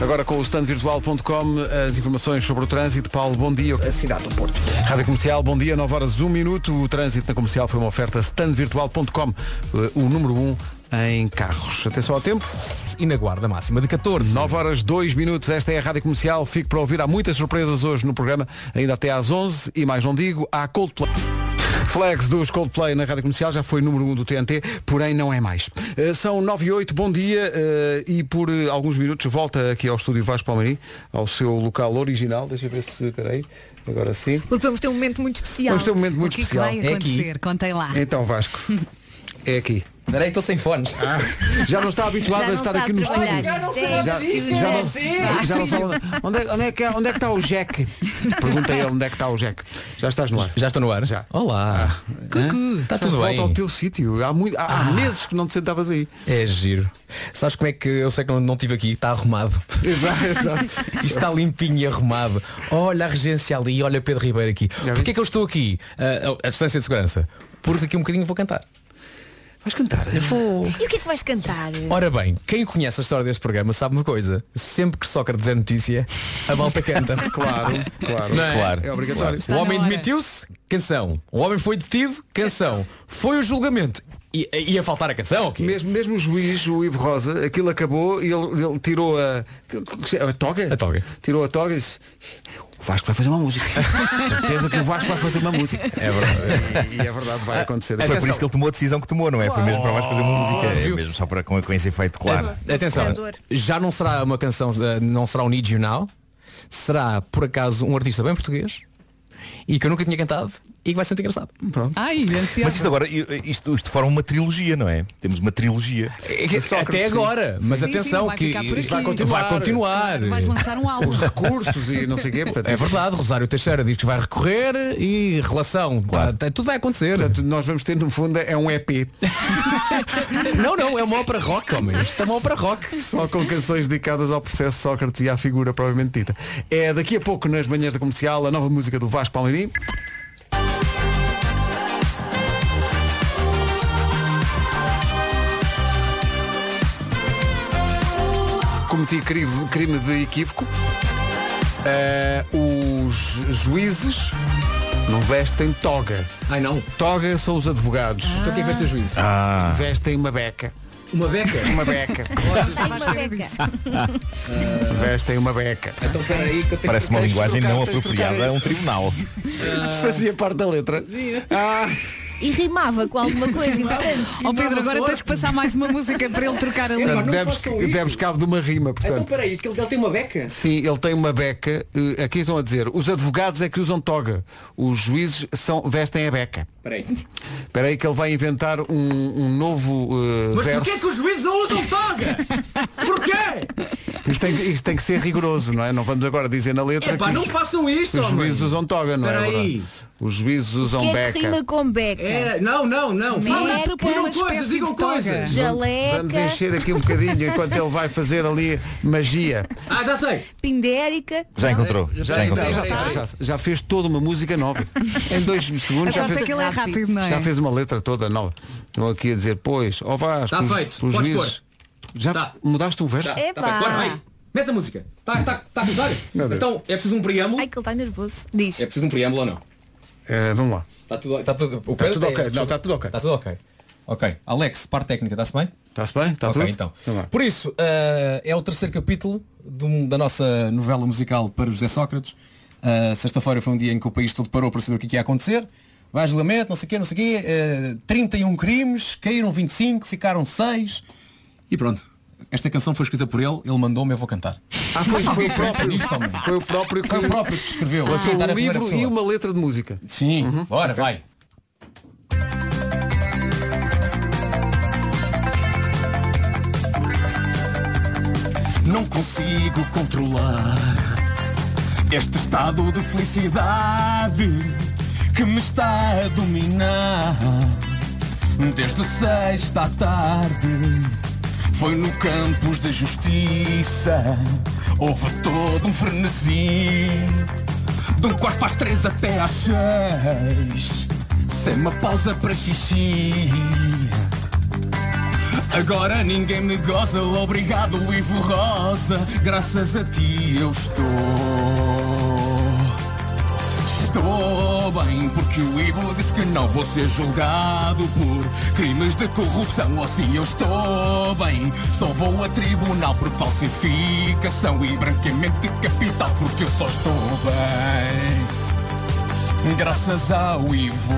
Agora com o standvirtual.com as informações sobre o trânsito. Paulo, bom dia. A cidade do Porto. Rádio Comercial, bom dia. 9 horas, 1 minuto. O trânsito na comercial foi uma oferta standvirtual.com, eh, o número 1 em carros. Atenção ao tempo.
E na guarda máxima de 14.
9 horas, 2 minutos. Esta é a Rádio Comercial. Fico para ouvir. Há muitas surpresas hoje no programa, ainda até às 11 e mais não digo, há Coldplay. Flags dos Coldplay na Rádio Comercial já foi número 1 do TNT, porém não é mais. Eh, são 9 e 8, bom dia eh, e por eh, alguns minutos volta aqui ao estúdio Vasco Palmeirim, ao seu local original. Deixa eu ver se, peraí, agora sim.
Porque vamos ter um momento muito especial.
Vamos ter um momento muito
O que é que
especial.
vai acontecer? Contem lá.
Então Vasco, é aqui.
Peraí, estou sem fones.
já não está habituado
Já
a
não
estar
sabe
aqui no
trabalhar.
estúdio.
Já não sabe
já, já
disto, é
não-
assim?
já não sabe onde, onde é, onde é que, é- onde é que está o Jack? Pergunta ele onde é que está o Jack. Já estás no ar.
Já estou no ar? Já. Olá.
Hã?
Está
Ah. Estás
tudo
de volta
bem?
ao teu sítio. Há, muito, há, há meses que não te sentavas aí.
É giro. Sabes como é que eu sei que não, não estive aqui? Está arrumado.
Exato, exato.
Isto está limpinho e arrumado. Olha a regência ali, olha Pedro Ribeiro aqui. Porquê é que eu estou aqui? Ah, a distância de segurança. Porque daqui a um bocadinho vou cantar.
Vais cantar?
Vou.
E o que é que vais cantar?
Ora bem, quem conhece a história deste programa sabe uma coisa. Sempre que Sócrates é notícia, a malta canta.
Claro, claro,
Não é?
claro. É obrigatório.
O homem demitiu-se, canção. O homem foi detido, canção. Foi o julgamento. I- Ia faltar a canção? ok?
Mesmo, mesmo o juiz, o Ivo Rosa, aquilo acabou e ele, ele tirou a, a toga? A toga. Tirou a toga e disse, o Vasco vai fazer uma música. Certeza que o Vasco vai fazer uma música. É verdade. E, e é verdade, vai acontecer.
Ah,
Foi por isso que ele tomou a decisão que tomou, não é? Foi mesmo para mais fazer uma música. É mesmo só para com, com esse efeito
É.
claro.
Atenção, já não será uma canção, eh, não será um Need You Now, será por acaso um artista bem português e que eu nunca tinha cantado e que vai ser muito engraçado. Pronto.
Ai, é
Mas isto é agora, isto, isto forma uma trilogia, não é? Temos uma trilogia.
É Até agora, mas atenção que isto vai continuar. Vai continuar.
Vais lançar um álbum.
recursos e não sei o quê.
É verdade, Rosário Teixeira diz que vai recorrer e relação. Tá, tá, tudo vai acontecer.
nós vamos ter, no fundo, é um EP.
não, não, é uma ópera rock, homem. Isto é uma ópera rock.
Só com canções dedicadas ao processo de Sócrates e à figura provavelmente dita. É daqui a pouco, nas manhãs da comercial, a nova música do Vasco Palmeirim. Cometi cri- crime de equívoco. Eh, os juízes não vestem toga.
Ai não.
Toga são os advogados.
Então quem veste os juízes?
Ah. Vestem uma beca.
Uma beca?
Uma beca. Vestem uma beca.
Então peraí que eu tenho
Parece uma
Tens de
linguagem
trocar,
não
tens de
apropriada
trocar.
a um tribunal.
Fazia parte da letra. Ah,
E rimava com alguma coisa importante.
Ó Pedro, agora tens que passar mais uma música para ele trocar a língua.
portanto, deves, deves cabo de uma rima, portanto.
peraí, Então, que ele tem uma beca?
Sim, ele tem uma beca. Eh, Aqui estão a dizer, os advogados é que usam toga. Os juízes são, vestem a beca.
Peraí.
Espera aí que ele vai inventar um, um novo eh, verso.
é que os juízes não usam toga? Porquê?
Isto tem, que- isto tem que ser rigoroso, não é? Não vamos agora dizer na letra
Epá,
que
não
os,
façam isto,
que os
homem.
juízes usam toga, não
Espera
é?
aí.
verdade? Os juízes
um
usam
que é que
beca.
rima com beca?
É, não, não, não.
Beca,
digam coisas, digam coisas.
Vamos
Jaleca,
encher aqui um bocadinho enquanto ele vai fazer ali magia.
Ah, já sei.
pindérica.
Já encontrou. Já, encontrou.
Então, já, tá, já- já fez toda uma música nova. em dois
A
segundos já
sorte
fez,
é que ele é rápido, não é?
já fez uma letra toda nova. Estão aqui a dizer, pois, ó Vasco,
Tá
os-
feito.
os
Podes
juízes.
pôr.
Já
Tá.
mudaste um verso?
Tá, tá bem.
Epá.
Bora, vai. Mete a música. Tá, tá, tá a começar?
Meu Deus.
Então, é preciso um preâmbulo?
Ai, que ele está nervoso. Diz.
É preciso um preâmbulo ou não?
Eh, vamos lá.
Está tudo, tá tudo, o Pedro
tudo
tem-
ok. Não, tá tudo ok.
Tá tudo ok. Ok. Alex, parte técnica, está-se bem?
Está-se bem? Está
ok,
tudo?
então.
lá.
Por isso, eh, é o terceiro capítulo de um- da nossa novela musical para José Sócrates. Eh, Sexta-feira foi um dia em que o país todo parou para saber o que, é que ia acontecer. Vai a julgamento, não sei o quê, não sei o quê. eh, 31 crimes, caíram 25, ficaram 6. E pronto. Esta canção foi escrita por ele, ele mandou-me, eu vou cantar.
Ah, foi, foi o próprio.
Isto, homem.
Foi o próprio que
Foi o próprio que escreveu. a
lançou
cantar
um
a primeira
livro
pessoa.
e uma letra de música.
Sim, bora, vai. Não consigo controlar este estado de felicidade que me está a dominar desde sexta à tarde. Foi no campus da justiça, houve todo um frenesi. De um quarto às três até às seis Sem uma pausa para xixi Agora ninguém me goza Obrigado Ivo Rosa Graças a ti eu estou Estou bem porque o Ivo disse que não vou ser julgado por crimes de corrupção. Ou se eu estou bem, só vou a tribunal por falsificação e branqueamento de capital porque eu só estou bem. Graças ao Ivo.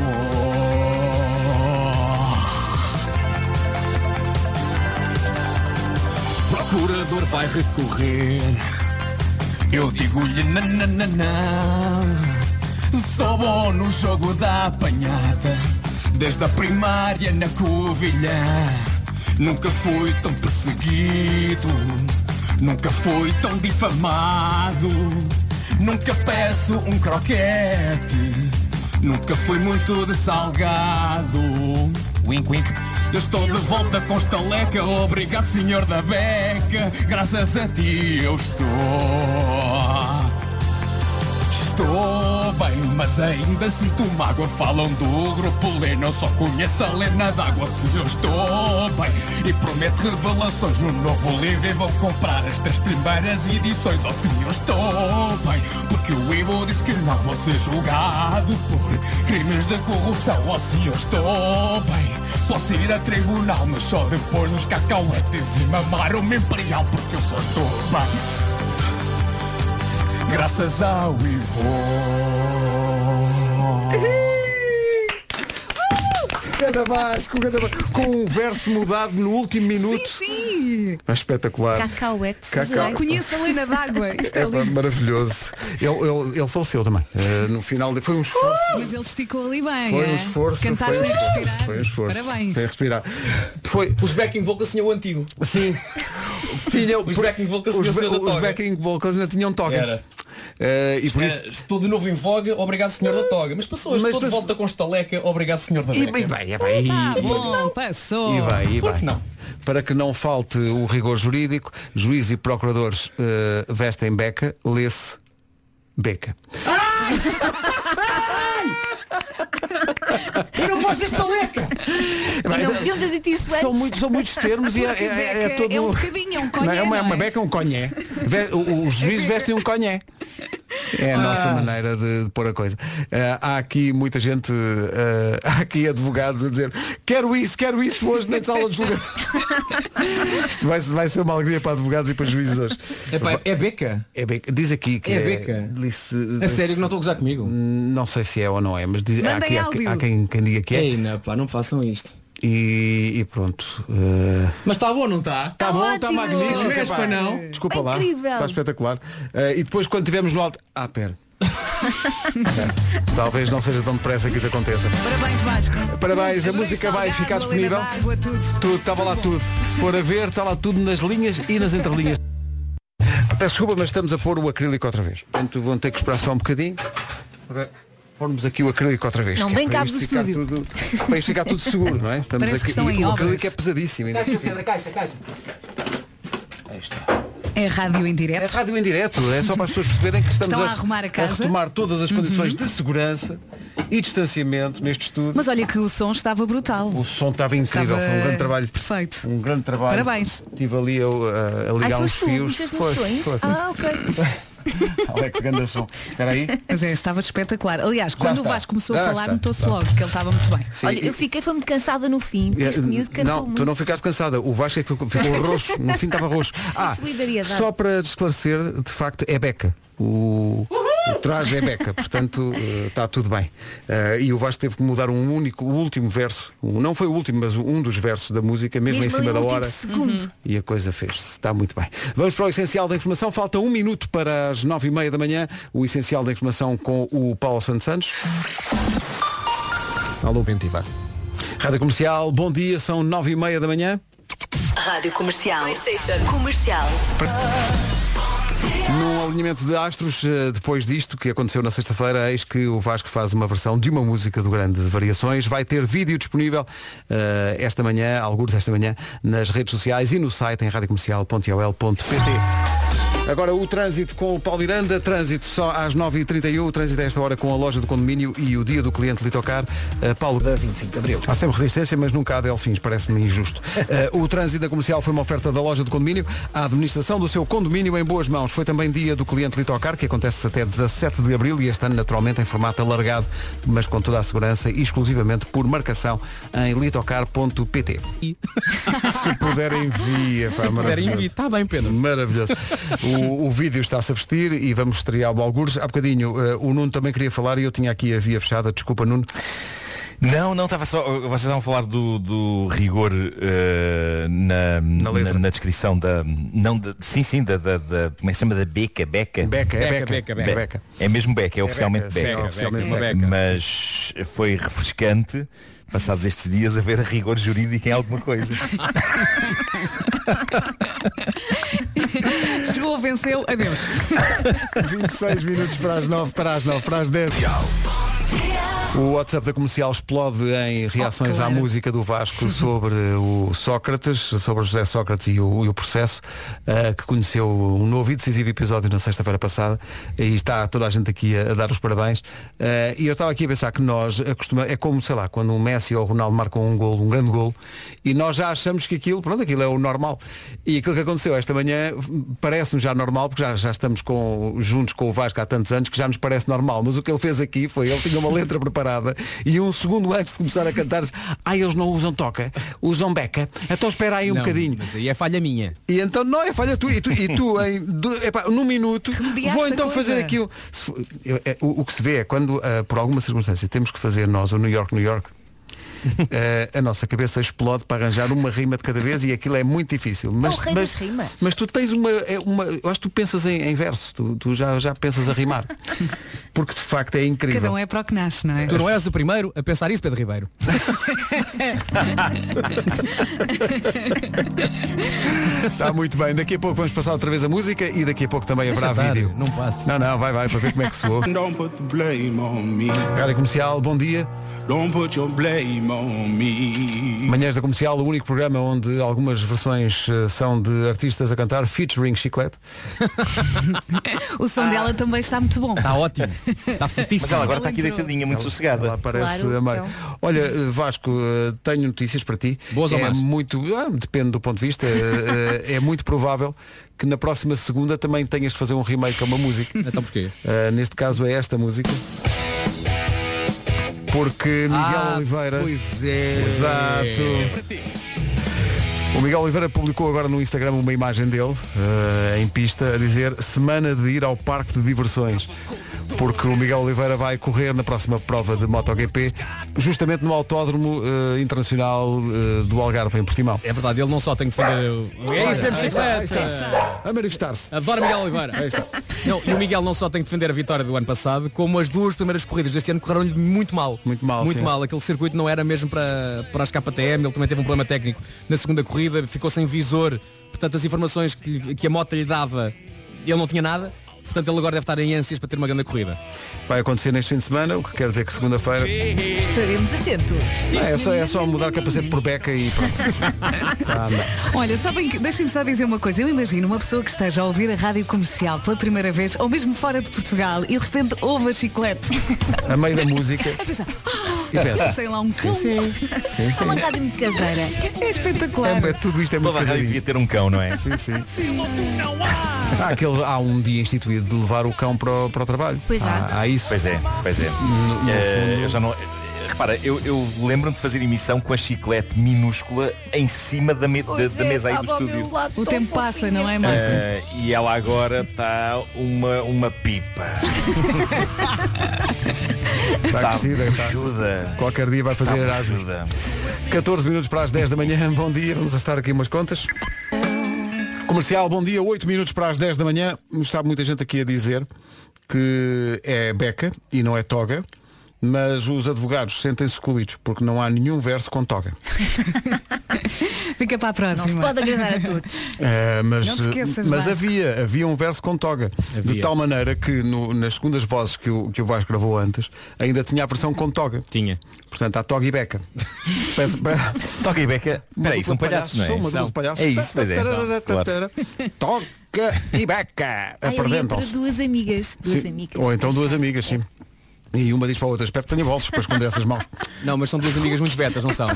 Procurador vai recorrer. Eu digo-lhe nananana. Sou bom no jogo da apanhada Desde a primária na Covilhã Nunca fui tão perseguido Nunca fui tão difamado Nunca peço um croquete Nunca fui muito de salgado Wink, wink Eu estou de volta com estaleca Obrigado, senhor da beca Graças a ti eu estou Estou bem, mas ainda sinto mágoa. Falam do grupo Leno, só conheço a Lena d'Água. Se eu estou bem e prometo revelações no novo livro, e vou comprar as três primeiras edições. Oh, se eu estou bem, porque o Ivo disse que não vou ser julgado por crimes de corrupção. Oh, se eu estou bem, posso ir a tribunal, mas só depois dos cacauetes e mamar uma imperial, porque eu só estou bem graças ao Ivo.
Ganda Vasco, ganda Vasco, com um verso mudado no último minuto.
Sim!
Mas É espetacular.
Cacauetes.
Cacau-
Conheço a Lena d'Água. Isto é
É pá,
lindo.
maravilhoso. Ele, ele, ele faleceu também. Eh, no final de- foi um esforço.
Mas ele esticou ali bem.
Foi
é?
um esforço.
Cantar
foi um
sem
esforço,
respirar.
Foi um esforço.
Parabéns.
Sem respirar. Foi
Os backing vocals tinham o antigo.
Sim. Tinha,
os backing vocals
os,
tinham o
ba-
senhor da
os
toga.
backing vocals ainda tinham toga.
Era.
Eh, e por isso
Era, estou de novo em voga, obrigado senhor da toga. Mas passou,
Mas
estou de
passou-
volta com estaleca, obrigado senhor da
E
beca.
bem, bem, é bem.
Opa,
E-
bom,
passou.
E bem, e
Por
bem.
que não?
Para que não falte o rigor jurídico, juízes e procuradores eh, vestem beca, lê-se beca.
Eu não posso estaleca!
é São muitos, são muitos termos e é, é, é, é
um
um
todo. Não, é, uma, é uma beca, é um conhé. Ve- o- Os juízes vestem um conhé. É a nossa
É Ah.
maneira de, de pôr a coisa. Eh, há aqui muita gente, eh, há aqui advogados a dizer quero isso, quero isso hoje na sala de julgamento. Isto vai, vai ser uma alegria para advogados e para juízes hoje.
Epá, é beca?
É beca. Diz aqui que
É
é.
beca?
lice-
A sério que não estou a gozar comigo?
Não sei se é ou não é, mas diz, há, aqui, há, há quem, quem diga que é.
Ei, não, pá, não façam isto.
E, e pronto. eh,
Mas está bom, não está? Está
Tá
Tá bom, está magnífico.
Não és
pá.
para não.
Desculpa lá.
Incrível.
Está espetacular. Eh, e depois quando tivermos no alto. Ah, pera. Talvez não seja tão depressa que isso aconteça.
Parabéns, Vasco.
Parabéns, a música vai ficar disponível.
Água, tudo.
Tudo, estava lá tudo. Se for a ver, está lá tudo nas linhas e nas entrelinhas. Peço desculpa, mas estamos a pôr o acrílico outra vez. Portanto, vão ter que esperar só um bocadinho para pormos aqui o acrílico outra vez.
Não,
que é
bem
para
cá
isto
do
ficar
estúdio.
tudo, Para isto ficar tudo seguro, não é? Estamos
Parece
aqui
que estão
e
em
o
obras.
acrílico é pesadíssimo. ainda por cima.
caixa, caixa.
É rádio em direto. É
rádio em direto, é só para as pessoas perceberem que estamos
Estão a arrumar a casa. Uhum.
retomar todas as condições de segurança e distanciamento neste estúdio.
Mas olha que o som estava brutal.
O som estava incrível,
Estava
foi um grande trabalho.
Perfeito.
Um grande trabalho.
Parabéns.
Estive ali eu, a, a ligar um
Ai,
uns
foste tu,
fios.
mexeste nos
Foi,
botões?
foi.
Ah, ok.
Alex Ganderson. Espera aí.
Mas é, estava espetacular. Aliás,
Já
quando o
está.
Vasco começou
Já
a falar,
está.
notou-se
Já.
logo que ele estava muito bem.
Sim,
Olha,
e-
eu fiquei, foi muito cansada no fim, porque este miúdo cantou
É, não, tu
muito.
não ficaste cansada. O Vasco é que ficou roxo. No fim estava roxo. Ah,
solidariedade.
só para esclarecer, de facto, é beca. O, o traje é beca. Portanto, eh, está tudo bem. Eh, e o Vasco teve que mudar um único, o último verso. Um- não foi o último, mas um dos versos da música, mesmo,
Mesmo
em cima da
ali no último
hora.
segundo. Uhum.
E a coisa fez-se. Está muito bem. Vamos para o essencial da informação. Falta um minuto para as nove e meia da manhã. O essencial da informação com o Paulo Santos Santos. Alô, Bentiva. Rádio Comercial, bom dia, são nove e meia da manhã.
Rádio Comercial. Comercial.
Num alinhamento de astros, eh, depois disto que aconteceu na sexta-feira, eis que o Vasco faz uma versão de uma música do Grande Variações. Vai ter vídeo disponível eh, esta manhã, alguns esta manhã, nas redes sociais e no site em radiocomercial.ol.pt. Agora o trânsito com o Paulo Miranda, trânsito só às 9h31, o trânsito a esta hora com a loja do condomínio e o dia do cliente Litocar, Eh, Paulo da 25 de Abril. Há sempre resistência, mas nunca há delfins, parece-me injusto. Eh, o trânsito da comercial foi uma oferta da loja do condomínio, a administração do seu condomínio em boas mãos. Foi também dia do cliente Litocar, que acontece até 17 de Abril e este ano naturalmente em formato alargado, mas com toda a segurança e exclusivamente por marcação em litocar.pt. Se puder envia,
Se puder, envia.
Está tá bem, Pedro. Maravilhoso. O, o vídeo está-se a vestir e vamos estreá-lo algures. Há bocadinho eh, o Nuno também queria falar e eu tinha aqui a via fechada. Desculpa, Nuno.
Não, não, estava só. Vocês estavam a falar do, do rigor eh, na, na, na descrição da. Não, da- sim, sim, da, da, da- Como é que se chama? Da beca, beca.
Beca, é Beca, beca. beca, beca, beca.
É mesmo beca, é,
É
oficialmente
beca,
beca.
sim, é oficialmente uma beca.
Mas foi refrescante, passados estes dias, haver rigor jurídico em alguma coisa.
Chegou, venceu, adeus.
26 minutos para as 9, para as 9, para as 10. O WhatsApp da comercial explode em reações à música do Vasco sobre o Sócrates, sobre o José Sócrates e o, e o processo, eh, que conheceu um novo e decisivo episódio na sexta-feira passada, e está toda a gente aqui a, a dar os parabéns. Eh, e eu estava aqui a pensar que nós acostumamos, é como, sei lá, quando o Messi ou o Ronaldo marcam um golo, um grande golo, e nós já achamos que aquilo, pronto, aquilo é o normal. E aquilo que aconteceu esta manhã parece-nos já normal, porque já, já estamos com, juntos com o Vasco há tantos anos que já nos parece normal. Mas o que ele fez aqui foi, ele tinha uma letra preparada e um segundo antes de começar a cantar, ah, eles não usam toca, usam beca. Então espera aí um
Não,
bocadinho.
Mas aí é falha minha.
E então não é falha tu e tu, e tu em do- epá, num minuto
Remediaste
vou então
a coisa.
fazer aquilo. Se for- eu- é, o, o que se vê é quando ah, por alguma circunstância temos que fazer nós o New York, New York. ah, a nossa cabeça explode para arranjar uma rima de cada vez e aquilo é muito difícil. Mas,
o rei
mas,
das rimas.
mas tu tens uma, é uma. Eu acho que tu pensas em, em verso, tu, tu já, já pensas a rimar. Porque de facto é incrível.
Cada um é para o que nasce, não é?
Tu não és o primeiro a pensar isso, Pedro Ribeiro.
Está muito bem. Daqui a pouco vamos passar outra vez a música e daqui a pouco também
Deixa
haverá
estar,
vídeo.
não passes.
Não, não, vai, vai, para ver como é que soou.
Don't put the blame on me.
Rádio Comercial, bom dia.
Don't put your blame on me.
Manhãs da Comercial, o único programa onde algumas versões eh, são de artistas a cantar featuring chiclete.
O som
Ah.
dela também está muito bom.
Tá
Está ótimo. Está
fortíssimo.
Mas ela agora está aqui deitadinha, muito sossegada.
Ela parece
Claro,
a mãe.
então.
Olha, eh, Vasco, eh, tenho notícias para ti.
Boas
é
ou más?
muito, ah, depende do ponto de vista. eh, eh, é muito provável que na próxima segunda também tenhas que fazer um remake a uma música.
Então porquê?
Eh, neste caso é esta música. Porque Miguel
Ah,
Oliveira.
Pois é.
Exato. O Miguel Oliveira publicou agora no Instagram uma imagem dele, eh, em pista, a dizer semana de ir ao parque de diversões. Porque o Miguel Oliveira vai correr na próxima prova de MotoGP, justamente no Autódromo eh, Internacional eh, do Algarve, em Portimão.
É verdade, ele não só tem que defender o. É isso mesmo,
Aí está, aí está.
Chiclete!
A manifestar-se.
Adoro Miguel Oliveira. Não, e o Miguel não só tem que defender a vitória do ano passado, como as duas primeiras corridas deste ano correram-lhe muito mal.
Muito mal,
Muito
sim.
mal. Aquele circuito não era mesmo para, para as KTM, ele também teve um problema técnico na segunda corrida, ficou sem visor, portanto as informações que, lhe- que a moto lhe dava, ele não tinha nada, portanto ele agora deve estar em ânsias para ter uma grande corrida.
Vai acontecer neste fim de semana, o que quer dizer que segunda-feira.
Estaremos atentos.
Ah, é, só, é só mudar capacete por beca e pronto. Ah, não.
Olha, sabem que, deixem-me só dizer uma coisa. Eu imagino uma pessoa que esteja a ouvir a rádio comercial pela primeira vez, ou mesmo fora de Portugal, e de repente ouve a chiclete.
a meio da música.
A pensar,
E pensa.
ah, sei lá um
Sim,
cão.
sim. Sim,
É uma
sim.
rádio muito caseira.
É espetacular.
É, tudo isto é muito
Toda a rádio
casadinho.
devia ter um cão, não é?
Sim, sim. Há, aquele, há um dia instituído de levar o cão para o, para o trabalho.
Pois há.
Há, há isso.
Pois é, pois é.
no
Eh,
fundo-
Eu já não. eh, Repara, eu, eu lembro-me de fazer emissão com a chiclete minúscula em cima da, me- da-
Pois
da
é,
mesa aí do
estava ao meu
estúdio.
lado, tão
O tempo passa, não é,
Eh,
mais?
e ela agora está uma, uma pipa.
Está
Tá
crescida, está.
buchuda.
Qualquer dia vai fazer
Tá
Erasmus.
buchuda.
14 minutos para as 10 da manhã. Bom dia, vamos a estar aqui umas contas. Comercial, bom dia, 8 minutos para as 10 da manhã. Está muita gente aqui a dizer que é beca e não é toga, mas os advogados sentem-se excluídos porque não há nenhum verso com toga.
Fica para a próxima.
Não se pode agradar a todos.
É, mas
Não te esqueças,
mas
Vasco.
havia, havia um verso com toga. De tal maneira que no- nas segundas vozes que o, que o Vasco gravou antes, ainda tinha a versão com toga.
Tinha.
Portanto, há toga e beca. Peço- pe-
Toca e beca. Peraí, são palhaços, não é?
Sou uma dupla
São.
de palhaços.
É isso, pois é.
Tararara,
são, claro.
tararara. Toga e beca.
Ai, ali entre
Apresentam-se.
duas amigas. Duas
Sim.
amigas.
Ou então duas amigas,
é.
sim. E uma diz para a outra, espero que tenha bolsos para esconder essas Tá mãos.
Não, mas são duas amigas muito betas, não são?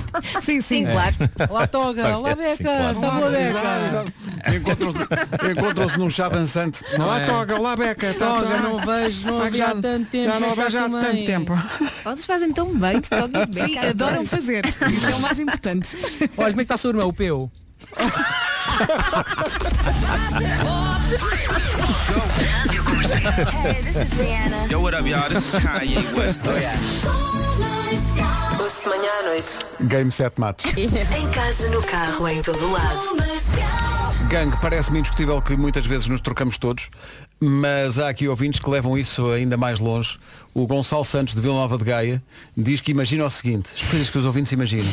Sim, sim,
É.
claro.
Olá Toga, olá Beca,
Sim, claro.
tá boa Beca.
Encontram-se encontram-se num chá dançante. Olá,
é?
Toga, olá, Beca. Tá,
Toga, não vejo, não
Ah,
vi
já-
há tanto tempo.
Já não
como é que
vejo há
estás,
tanto
mãe?
tempo.
Vocês fazem tão bem, de toque e de beca.
Sim, adoram fazer. Isso é o mais importante.
Olha, como é que está a sua irmã? O Peu?
Yo, what up, y'all? This is Kanye West.
Ouço de manhã à noite.
Game 7 match.
Em casa, no carro, em todo lado.
Gang, parece-me indiscutível que muitas vezes nos trocamos todos, mas há aqui ouvintes que levam isso ainda mais longe. O Gonçalo Santos, de Vila Nova de Gaia, diz que imagina o seguinte, as coisas que os ouvintes imaginam.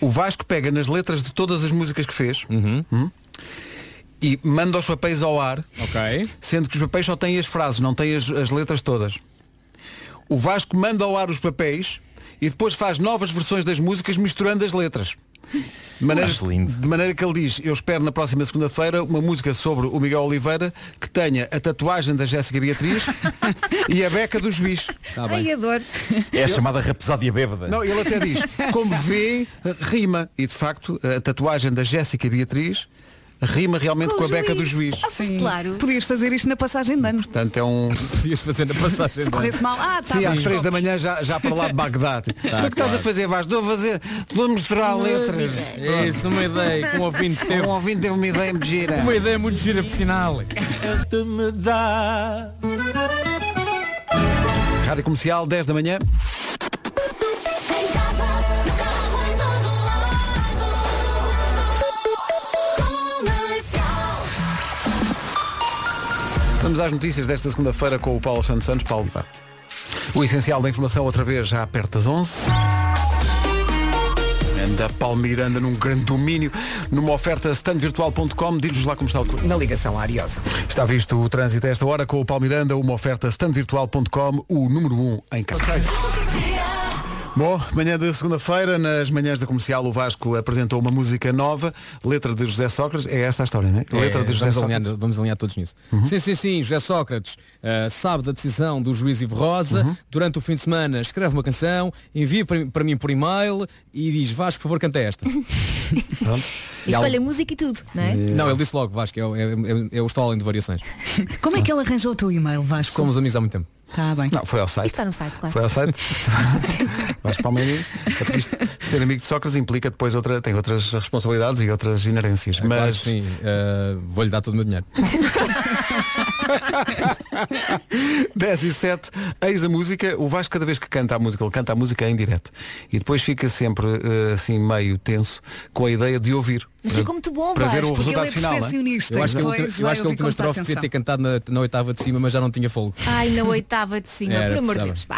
O Vasco pega nas letras de todas as músicas que fez hum, e manda os papéis ao ar,
Ok.
sendo que os papéis só têm as frases, não têm as, as letras todas. O Vasco manda ao ar os papéis e depois faz novas versões das músicas misturando as letras. De maneira, de maneira que ele diz, eu espero na próxima segunda-feira uma música sobre o Miguel Oliveira que tenha a tatuagem da Jéssica Beatriz e a beca do juiz.
Tá
Ai, adoro.
É a chamada rapesódia bêbada.
Não, ele até diz, como vê, rima. E de facto, a tatuagem da Jéssica Beatriz rima realmente com, a beca do juiz.
Ah,
Sim. Claro. Podias fazer isto na passagem de ano.
Portanto, é um.
Podias fazer na passagem. é?
Se corresse mal, ah, tá
Sim,
bom.
às três da manhã já, já para lá de Bagdá. Tipo, "Tu que estás a fazer, Vasco? Estou a fazer, estou a misturar letras.
É isso, uma ideia que um ouvinte teve. É,
Um ouvinte teve uma ideia muito gira.
Uma ideia muito gira, por sinal.
Esta me dá.
Rádio Comercial, 10 da manhã. Vamos às notícias desta segunda-feira com o Paulo Santos Santos. Paulo, vá. O essencial da informação, outra vez, já perto das 11. Anda Paulo Miranda num grande domínio, numa oferta standvirtual.com. Diz-nos lá como está o trânsito.
Na ligação à Ariosa.
Está visto o trânsito a esta hora com o Paulo Miranda, uma oferta standvirtual.com, o número 1 um em cartaz. Bom, manhã de segunda-feira, nas manhãs da comercial, o Vasco apresentou uma música nova, letra de José Sócrates. É esta a história, não é? Letra
É,
de José
vamos,
Sócrates.
alinhar, vamos alinhar todos nisso. Sim, sim, sim, José Sócrates ah, sabe da decisão do juiz Ivo Rosa, durante o fim de semana escreve uma canção, envia para, para mim por e-mail e diz Vasco, por favor, canta esta. Pronto. E ela-
Escolhe a
um-
música e tudo, não é?
Eh,
Não, ele disse logo, Vasco, é, o- é, é, é o estou além de variações.
Como é que ele arranjou o teu e-mail, Vasco?
Somos amigos há muito tempo.
Tá bem.
Não, foi ao site.
Isto está no site, claro.
Foi ao site. Vais para o meio. Ser amigo de Sócrates implica depois outra, tem outras responsabilidades e outras inerências.
Mas
mas
É sim, ah, vou-lhe dar todo o meu dinheiro.
10 e 7, eis a música, o Vasco cada vez que canta a música, ele canta a música em direto. E depois fica sempre eh, assim meio tenso com a ideia de ouvir.
Mas ficou muito bom,
Para ver
Vasco,
o
porque ele
resultado
é
final. não é?
perfeccionista.
né? Eu acho que a
Pois,
última- eu
vai
acho que a
ouvir com
última estrofe
muita
devia ter
atenção.
cantado na, na oitava de cima, mas já não tinha fogo.
Ai, na oitava de cima,
Era,
por amor de
precisava,
Deus. pá.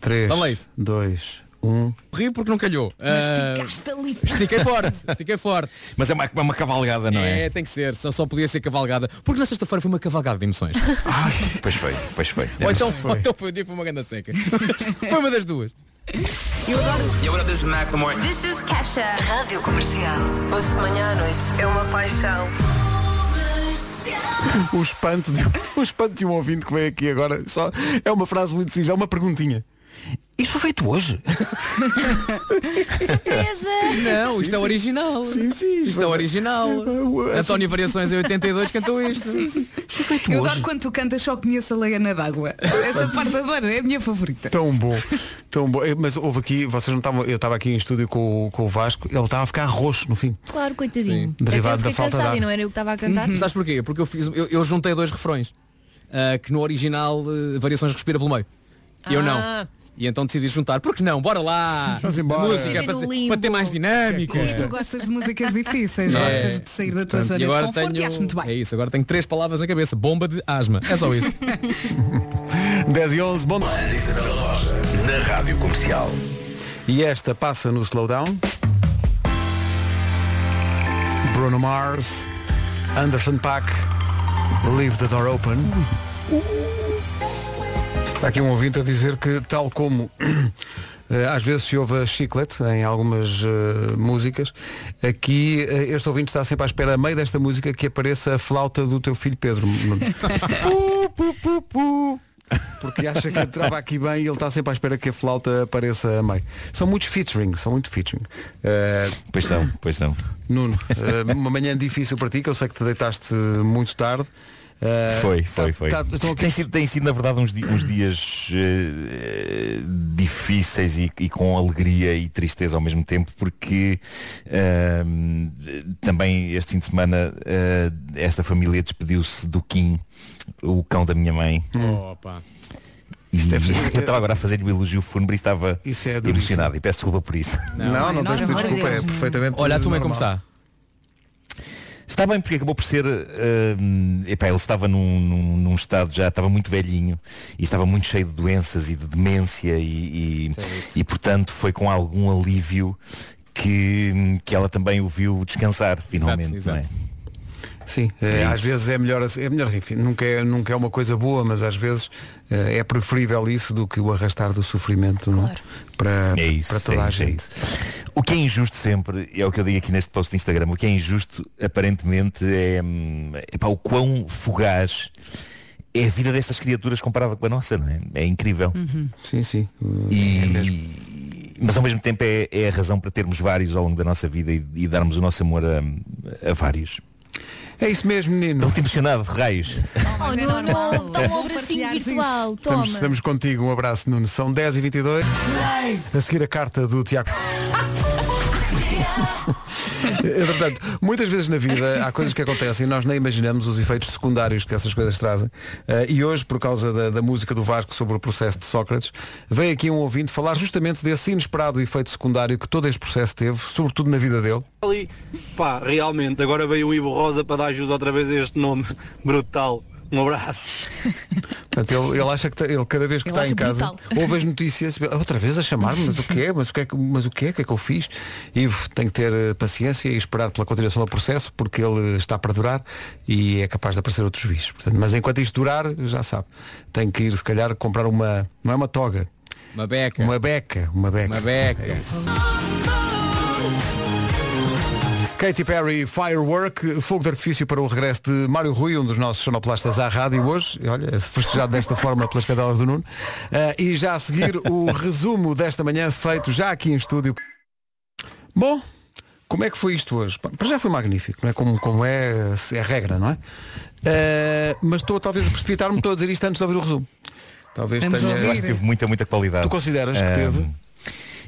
precisava.
3, 2, 1.
Ri porque não calhou. Ah,
ali.
Estiquei forte, estiquei forte.
Mas é uma, é uma cavalgada, não é?
É, tem que ser, só, só podia ser cavalgada. Porque na sexta-feira foi uma cavalgada de emoções.
Pois foi, pois foi.
ou, então, foi. ou então foi o dia para uma ganda seca. foi uma das duas.
Yo, what up, this is Macklemore.
This is Kesha. Rádio Comercial. Ouço de manhã à noite. É uma paixão.
O espanto, de, o espanto de um ouvinte que veio aqui agora só, é uma frase muito simples, é uma perguntinha. Isto foi feito hoje?
Surpresa!
Não, isto
Sim,
é
sim.
original.
Sim, sim.
Isto é original.
é-
António Variações em 82 cantou isto.
Eu
hoje.
adoro quando tu cantas só conheço a Leiana d'água. Essa parte agora é a minha favorita.
Tão bom, tão bom. Eh, Mas houve aqui, vocês não estavam, eu estava aqui em estúdio com, o- com o Vasco, ele estava a ficar roxo no fim.
Claro, coitadinho.
Sim. Derivado
Até eu
da falta de
fiquei cansada
ar. Uhum.
e não era eu que estava a cantar.
Sabes porquê? Porque eu, fiz, eu, eu juntei dois refrões. ah, que no original eh, Variações respira pelo meio. Eu não.
Ah.
E então decidi juntar. Porque não? Bora lá.
Vamos embora.
Música
Viver
para,
no
ter-
limbo.
para ter mais dinâmica.
Tu gostas de músicas difíceis,
É.
gostas de sair da tua
Portanto,
zona
e
de
agora
conforto e acho muito bem.
É isso, agora tenho três palavras na cabeça. Bomba de asma. É só isso.
10 e 11, bom.
Ana Isabela Loja, na Rádio Comercial.
E esta passa no slowdown. Bruno Mars, Anderson Pack, Leave the Door Open. Está aqui um ouvinte a dizer que tal como eh, às vezes se ouve a chiclete em algumas eh, músicas, aqui eh, este ouvinte está sempre à espera a meio desta música que apareça a flauta do teu filho Pedro. Pu, pu, pu, pu. Porque acha que entrava aqui bem e ele está sempre à espera que a flauta apareça a meio. São muitos featuring, são muito featuring. Eh,
Pois são, pois são.
Nuno, eh, uma manhã difícil para ti, que eu sei que te deitaste muito tarde. Eh,
Foi, foi,
tá-
foi.
tá- estão aqui-
Tem, sido, tem sido, na verdade, uns, di- uns dias eh, difíceis e, e com alegria e tristeza ao mesmo tempo, porque ehm, também este fim de semana eh, esta família despediu-se do Kim, o cão da minha mãe.
Hum.
Opa.
E eu estava agora a fazer o elogio fúnebre e estava
Isso é duríssimo.
emocionado e peço desculpa por isso.
Não, não,
não
tens que pedir
não,
desculpa, é
Deus, não.
perfeitamente.
Olha, a tua mãe como
normal.
está?
Está bem porque acabou por ser hum, epá, ele estava num, num- num estado já estava muito velhinho e estava muito cheio de doenças e de demência e, e, e, portanto foi com algum alívio que, que ela também o viu descansar finalmente.
exato.
não é?
Sim, eh,
Trinques.
às vezes é melhor, assim- é melhor enfim, nunca é, nunca é uma coisa boa, mas às vezes eh, é preferível isso do que o arrastar do sofrimento não é? para,
É isso,
para toda
é
a
isso, é
gente.
isso. O que é injusto sempre, e é o que eu digo aqui neste post de Instagram, o que é injusto aparentemente é, hum, epá, o quão fugaz é a vida destas criaturas comparada com a nossa, não é? É incrível.
Sim, sim.
E- mas ao mesmo tempo é, é a razão para termos vários ao longo da nossa vida e, e darmos o nosso amor a, a vários.
É isso mesmo, menino.
Estou-te emocionado, de raios.
É.
Oh, Nuno, dá um abracinho virtual. Toma.
Estamos, estamos contigo, um abraço Nuno. São 10 e 22 A seguir a carta do Tiago. Eh, Portanto, muitas vezes na vida há coisas que acontecem e nós nem imaginamos os efeitos secundários que essas coisas trazem. Eh, e hoje, por causa da, da música do Vasco sobre o processo de Sócrates, veio aqui um ouvinte falar justamente desse inesperado efeito secundário que todo este processo teve, sobretudo na vida dele.
Ali, pá, realmente, agora veio o Ivo Rosa para dar ajuda outra vez a este nome brutal. Um abraço.
Portanto, ele, ele acha que tá- ele cada vez que
Ele
está
acha
em casa
brutal.
ouve as notícias, outra vez a chamar-me, mas o que é? Mas o que é que, mas o que é? O que é que eu fiz? Ivo, tem que ter eh, paciência e esperar pela continuação do processo porque ele está para durar e é capaz de aparecer outro juiz. Portanto, mas enquanto isto durar, já sabe, tem que ir se calhar comprar uma, não é uma toga.
Uma beca.
Uma beca, uma beca.
Uma beca.
É isso. Katy Perry Firework, fogo de artifício para o regresso de Mário Rui, um dos nossos sonoplastas à rádio hoje, E olha, é festejado desta forma pelas cadelas do Nuno. Ah, e já a seguir o resumo desta manhã feito já aqui em estúdio. Bom, como é que foi isto hoje? Bom, Para já foi magnífico, não é? Como, como é, é a regra, não é? Ah, mas estou talvez a precipitar-me, estou a dizer isto antes de ouvir o resumo. Talvez tenha.
Eu acho que teve muita, muita qualidade.
Tu consideras que
Ah,
teve?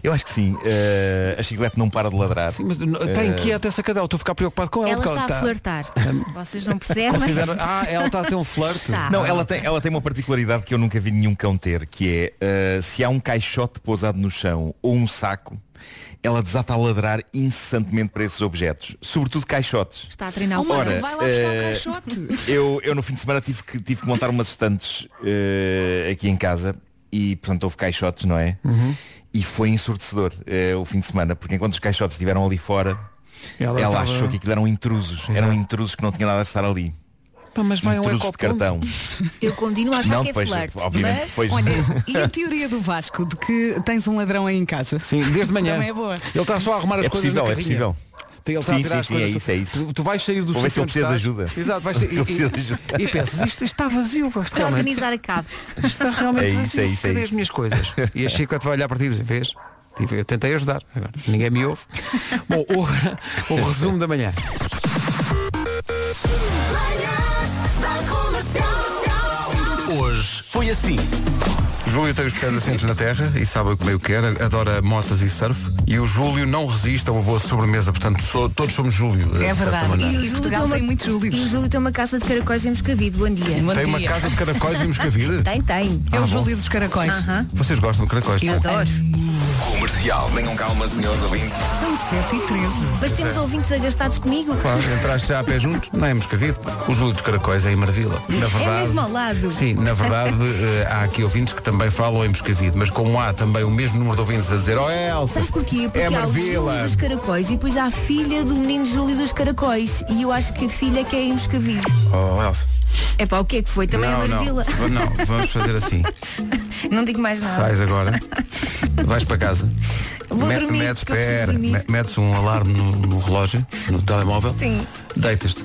Eu acho que sim. Ah, a chiclete não para de ladrar. Sim,
mas eh, Está inquieta essa cadela, estou a ficar preocupado com ela.
Ela
porque
está a flertar. Vocês não percebem?
Considera- Ah, ela está a ter um flerte.
Está.
Não, ela tem, ela tem uma particularidade que eu nunca vi nenhum cão ter, que é ah, se há um caixote pousado no chão ou um saco, ela desata a ladrar incessantemente para esses objetos, sobretudo caixotes.
Está a treinar o
Ora,
fora.
eh, Eu, eu no fim de semana tive que, tive que montar umas estantes eh, aqui em casa e portanto houve caixotes, não é?
Uhum.
E foi ensurdecedor eh, o fim de semana, porque enquanto os caixotes estiveram ali fora,
Ela
ela,
estava-
achou que aquilo eram intrusos. Eram intrusos que não tinham nada a estar ali.
Pá, mas vai a um
intrusos de
ecoponto.
cartão.
Eu continuo a achar
Não,
que é
pois,
flerte.
obviamente,
mas...
pois.
Olha, e a teoria do Vasco de que tens um ladrão aí em casa?
Sim, desde manhã.
Também é boa.
Tá
Ele está só a arrumar as
É
coisas.
possível,
na
é
carrinha.
possível.
Tem- Ele está
Sim,
a tirar
sim,
as
sim,
coisas
é
do-
isso, é isso.
Tu, tu vais sair do
Vou ver se
sítio
ele
onde
precisa de ajuda.
estás. Exato, vais
Se
sair.
ele
e-
precisa
e-
de ajuda.
E pensas, isto está vazio. isto
Para
realmente-
organizar a cave.
Está realmente
É isso,
vazio.
é isso, é
Cadê
isso.
as minhas coisas? E a Chica vai olhar para ti e dizer, vês? Tive- Eu tentei ajudar, agora ninguém me ouve. Bom, o, o resumo da manhã. Hoje foi assim. Júlio tem os pés assentes na terra e sabe como eu quero, adora motas e surf. E o Júlio não resiste a uma boa sobremesa, portanto sou- todos somos Júlio. de
É
certa
verdade.
maneira.
E o Júlio tem uma-
E o Júlio tem uma caça de caracóis em Moscavide. Bom dia. Então.
Bom
Tem uma
dia.
casa de caracóis em Moscavide?
Tem, tem.
Ah,
É o
bom.
Júlio dos Caracóis.
Vocês gostam de caracóis?
Eu adoro.
Comercial. Tenham calma, senhores ouvintes.
São 7 e 13.
Mas temos
é.
ouvintes agastados comigo?
Claro, entraste já a pé junto, não é Moscavide. O Júlio dos Caracóis é em Marvila. Na verdade,
é mesmo ao lado.
Sim, na verdade eh, há aqui ouvintes que também falam em Moscavide, mas como há também o mesmo número de ouvintes a dizer, oh Elsa,
Sabes porquê? Porque
é
há o
Marvila.
Júlio dos Caracóis e depois há a filha do menino Júlio dos Caracóis. E eu acho que a filha que é em Moscavide.
Oh Elsa.
É pá, o que é que foi? Também
não,
é Marvila.
Não, não, vamos fazer assim.
Não. digo mais nada.
Sais agora, vais para casa,
Ah. Vou
mete-
dormir,
metes,
que eu preciso
espera,
dormir.
me- metes um alarme no, no relógio, no telemóvel,
Sim. Hum.
deitas-te.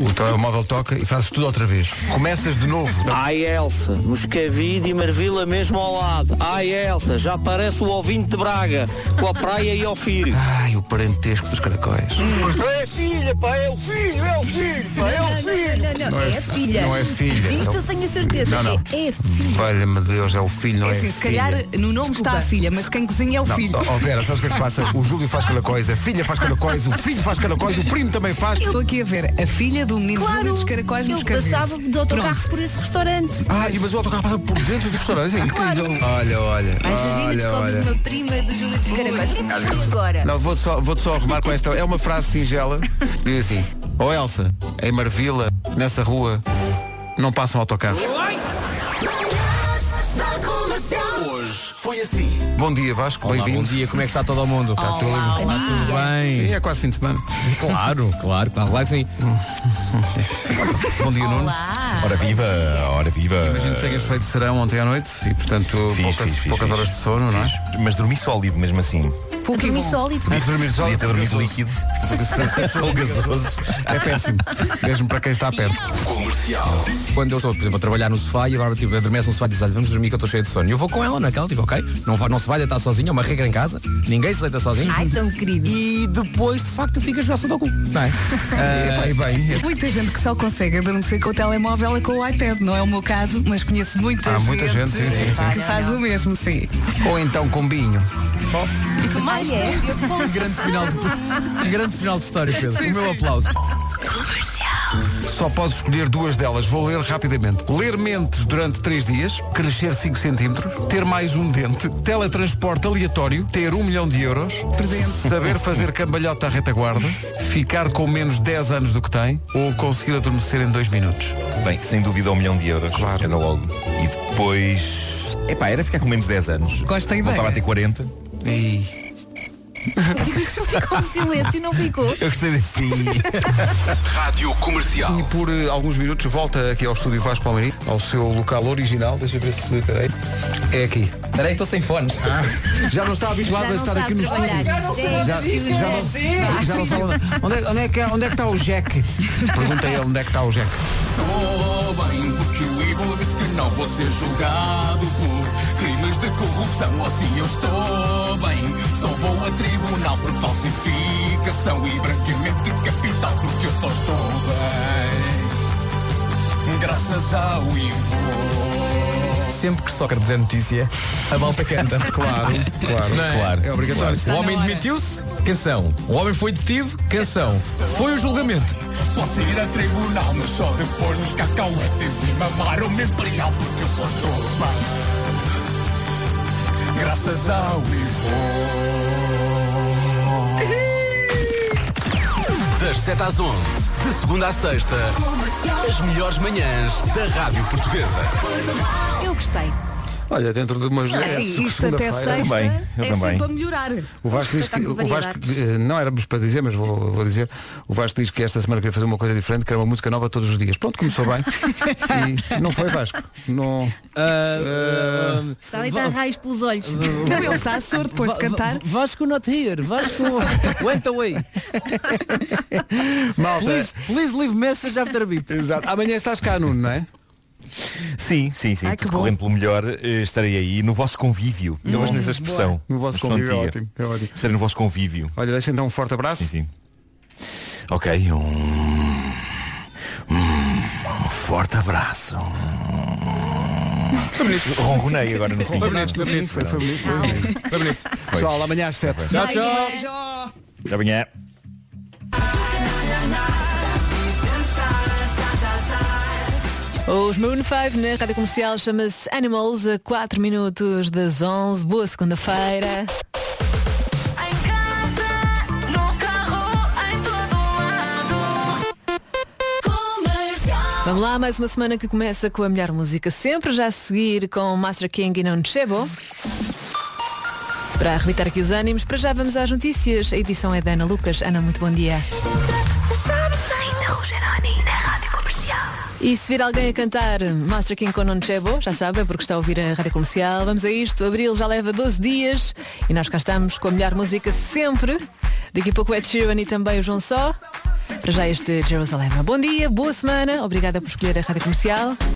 O telemóvel toca e fazes tudo outra vez. Começas de novo.
Ai Elsa, Moscavide e Marvila mesmo ao lado. Ai Elsa, já parece o ouvinte de Braga, com a praia e ao filho.
Ai, o parentesco dos caracóis.
Hum.
É filha, pá, é o filho, é o filho,
Não, não, não, não, não,
Não é
é a filha.
não é filha.
Isto eu tenho a certeza.
Não, não.
É, é a
Valha-me Deus, é o filho, não
É
é?
assim, se calhar no nome está a filha, mas quem cozinha é o
Não,
filho.
ó, ó, Vera, sabes o que é que se passa? O Júlio faz cada coisa, a filha faz cada coisa, o filho faz cada coisa, o primo também faz.
Estou aqui a ver a filha do menino
Claro,
Júlio dos Caracóis
Eu
nos Caracóis.
passava de autocarro por esse restaurante.
Ah, e mas o autocarro passa por dentro dos restaurantes, é incrível. Olha, olha.
Às vezes ainda
olha,
descobres
olha.
uma prima do Júlio dos Caracóis. O que é que
Às
tu fez agora?
Não, vou-te só, vou só arrumar com esta. É uma frase singela. Diz assim, ó Elsa, em Marvila, nessa rua, não passam autocarros.
Manhãs da Comercial.
Hoje foi assim.
Bom dia Vasco, bem-vindo. Bom
dia, como é que está todo o mundo?
Está tudo,
Está tudo bem.
Sim, é quase fim de semana.
Claro, claro, claro, claro que sim.
Bom dia Nuno. Ah.
Ora viva, ora viva.
Imagino que tenhas feito serão ontem à noite e portanto
Fiz,
poucas,
fiz, fiz,
poucas
fiz.
horas de sono, não é?
Mas dormi sólido mesmo assim.
A dormir sólido.
Mas dormir só
Podia ter dormido líquido. Ou gasoso.
é péssimo. Mesmo para quem está perto.
Comercial.
Quando eu estou, por exemplo, a trabalhar no sofá e a Bárbara tipo, adormece no sofá e diz, olha, vamos dormir que eu estou cheio de sono. E eu vou com ela naquela, tipo, ok, não, vai, não se vai deitar sozinha, é uma regra em casa, ninguém se deita sozinho.
Ai, tão querido.
E depois, de facto, fica a jogar Sudoku. Não é? Ah,
E bem,
Muita gente que só consegue adormecer com o telemóvel e com o iPad, não é o meu caso, mas conheço muita
Há
gente,
muita gente, sim, sim, sim.
que faz o mesmo, sim.
Ah,
ou então com binho.
Ai, é.
grande, final de, grande final de história, Pedro. O meu aplauso.
Um Só podes escolher duas delas. Vou ler rapidamente. Ler mentes durante três dias, crescer 5 centímetros, ter mais um dente, teletransporte aleatório, ter um milhão de euros, saber fazer cambalhota à retaguarda, ficar com menos 10 anos do que tem ou conseguir adormecer em dois minutos.
Bem, sem dúvida um milhão de euros. Claro. Era logo. E depois. Epá, era ficar com menos 10 anos.
Gosto da ideia.
Voltava a ter 40.
E...
Ficou silêncio, não ficou?
Eu gostei desse.
Rádio Comercial.
e por eh, alguns minutos volta aqui ao estúdio Vasco Palmeirim, ao seu local original. Deixa eu ver se. Peraí. É aqui.
Peraí, estou sem fones.
Já não está habituado
Já
a
não
estar
sabe
aqui no estúdio.
trabalhar. Isto é
Já,
preciso
já
ver.
não, já não sabe onde, onde é, onde é que, onde é que está o Jack? Pergunta a ele onde é que está o Jack.
Estou bem porque o Igor disse que não vou ser julgado por crimes de corrupção. Assim eu estou bem. Só vou a tribunal por falsificação e branqueamento de capital porque eu só estou bem. Graças ao Ivo.
Sempre que Sócrates é notícia, a malta canta. claro, claro,
claro.
É obrigatório. O homem demitiu-se, canção. O homem foi detido, canção. Foi o julgamento.
Posso ir a tribunal, mas só depois dos cacauetes e mamar o meu imperial porque eu só estou bem. Graças ao Ivo.
Das 7 às 11, de segunda à sexta, as melhores manhãs da Rádio Portuguesa.
Eu gostei.
Olha, dentro de umas
Ah, sim,
é,
assim, Isto até
segunda-feira.
sexta
também, eu
é
também.
sempre a melhorar.
O Vasco diz que
Espetáculo
o Vasco,
variedades.
eh, não éramos para dizer, mas vou, vou dizer. O Vasco diz que esta semana queria fazer uma coisa diferente, que era uma música nova todos os dias. Pronto, começou bem. E não foi Vasco. Não.
Está a deitar raios pelos olhos.
Não, ele está a soro depois de cantar.
Vasco not here. Vasco went away.
Malta.
please leave message after beep.
Exato. Amanhã estás cá, Nuno, não é?
Sim, sim, sim.
Ai, que
Tudo
bom. Hum,
correndo pelo melhor, eh, estarei aí no vosso convívio. Eu gosto dessa expressão.
No vosso
Expressão
convívio é
antiga.
ótimo. É ótimo.
Estarei no vosso convívio.
Olha, deixa então um forte abraço.
Sim, sim. Ok, um, um forte abraço. Ronronei agora no fim.
Foi bonito, foi, foi bonito, foi bonito.
Foi bonito.
Pessoal, amanhã às 7.
Tchau, tchau.
Até amanhã.
Os Moon 5 na rádio comercial chama-se Animals, a 4 minutos das 11. Boa segunda-feira.
Em casa, no carro, em todo lado. Comercial.
Vamos lá, mais uma semana que começa com a melhor música sempre, já a seguir com Master King e Non Chebo. Para arrebitar aqui os ânimos, para já vamos às notícias. A edição é da Ana Lucas. Ana, muito bom dia.
Tu sabes ainda, Rogeroni, na rádio comercial.
E se vir alguém a cantar Master King com Non Chebo, já sabe, é porque está a ouvir a rádio
Ah,
comercial. Vamos a isto. Abril já leva 12 dias e nós cá estamos com a melhor música sempre. Daqui a pouco é o Ed Sheeran e também o João é Só. Para já este Jerusalém. Bom dia, boa semana. Obrigada por escolher a rádio comercial.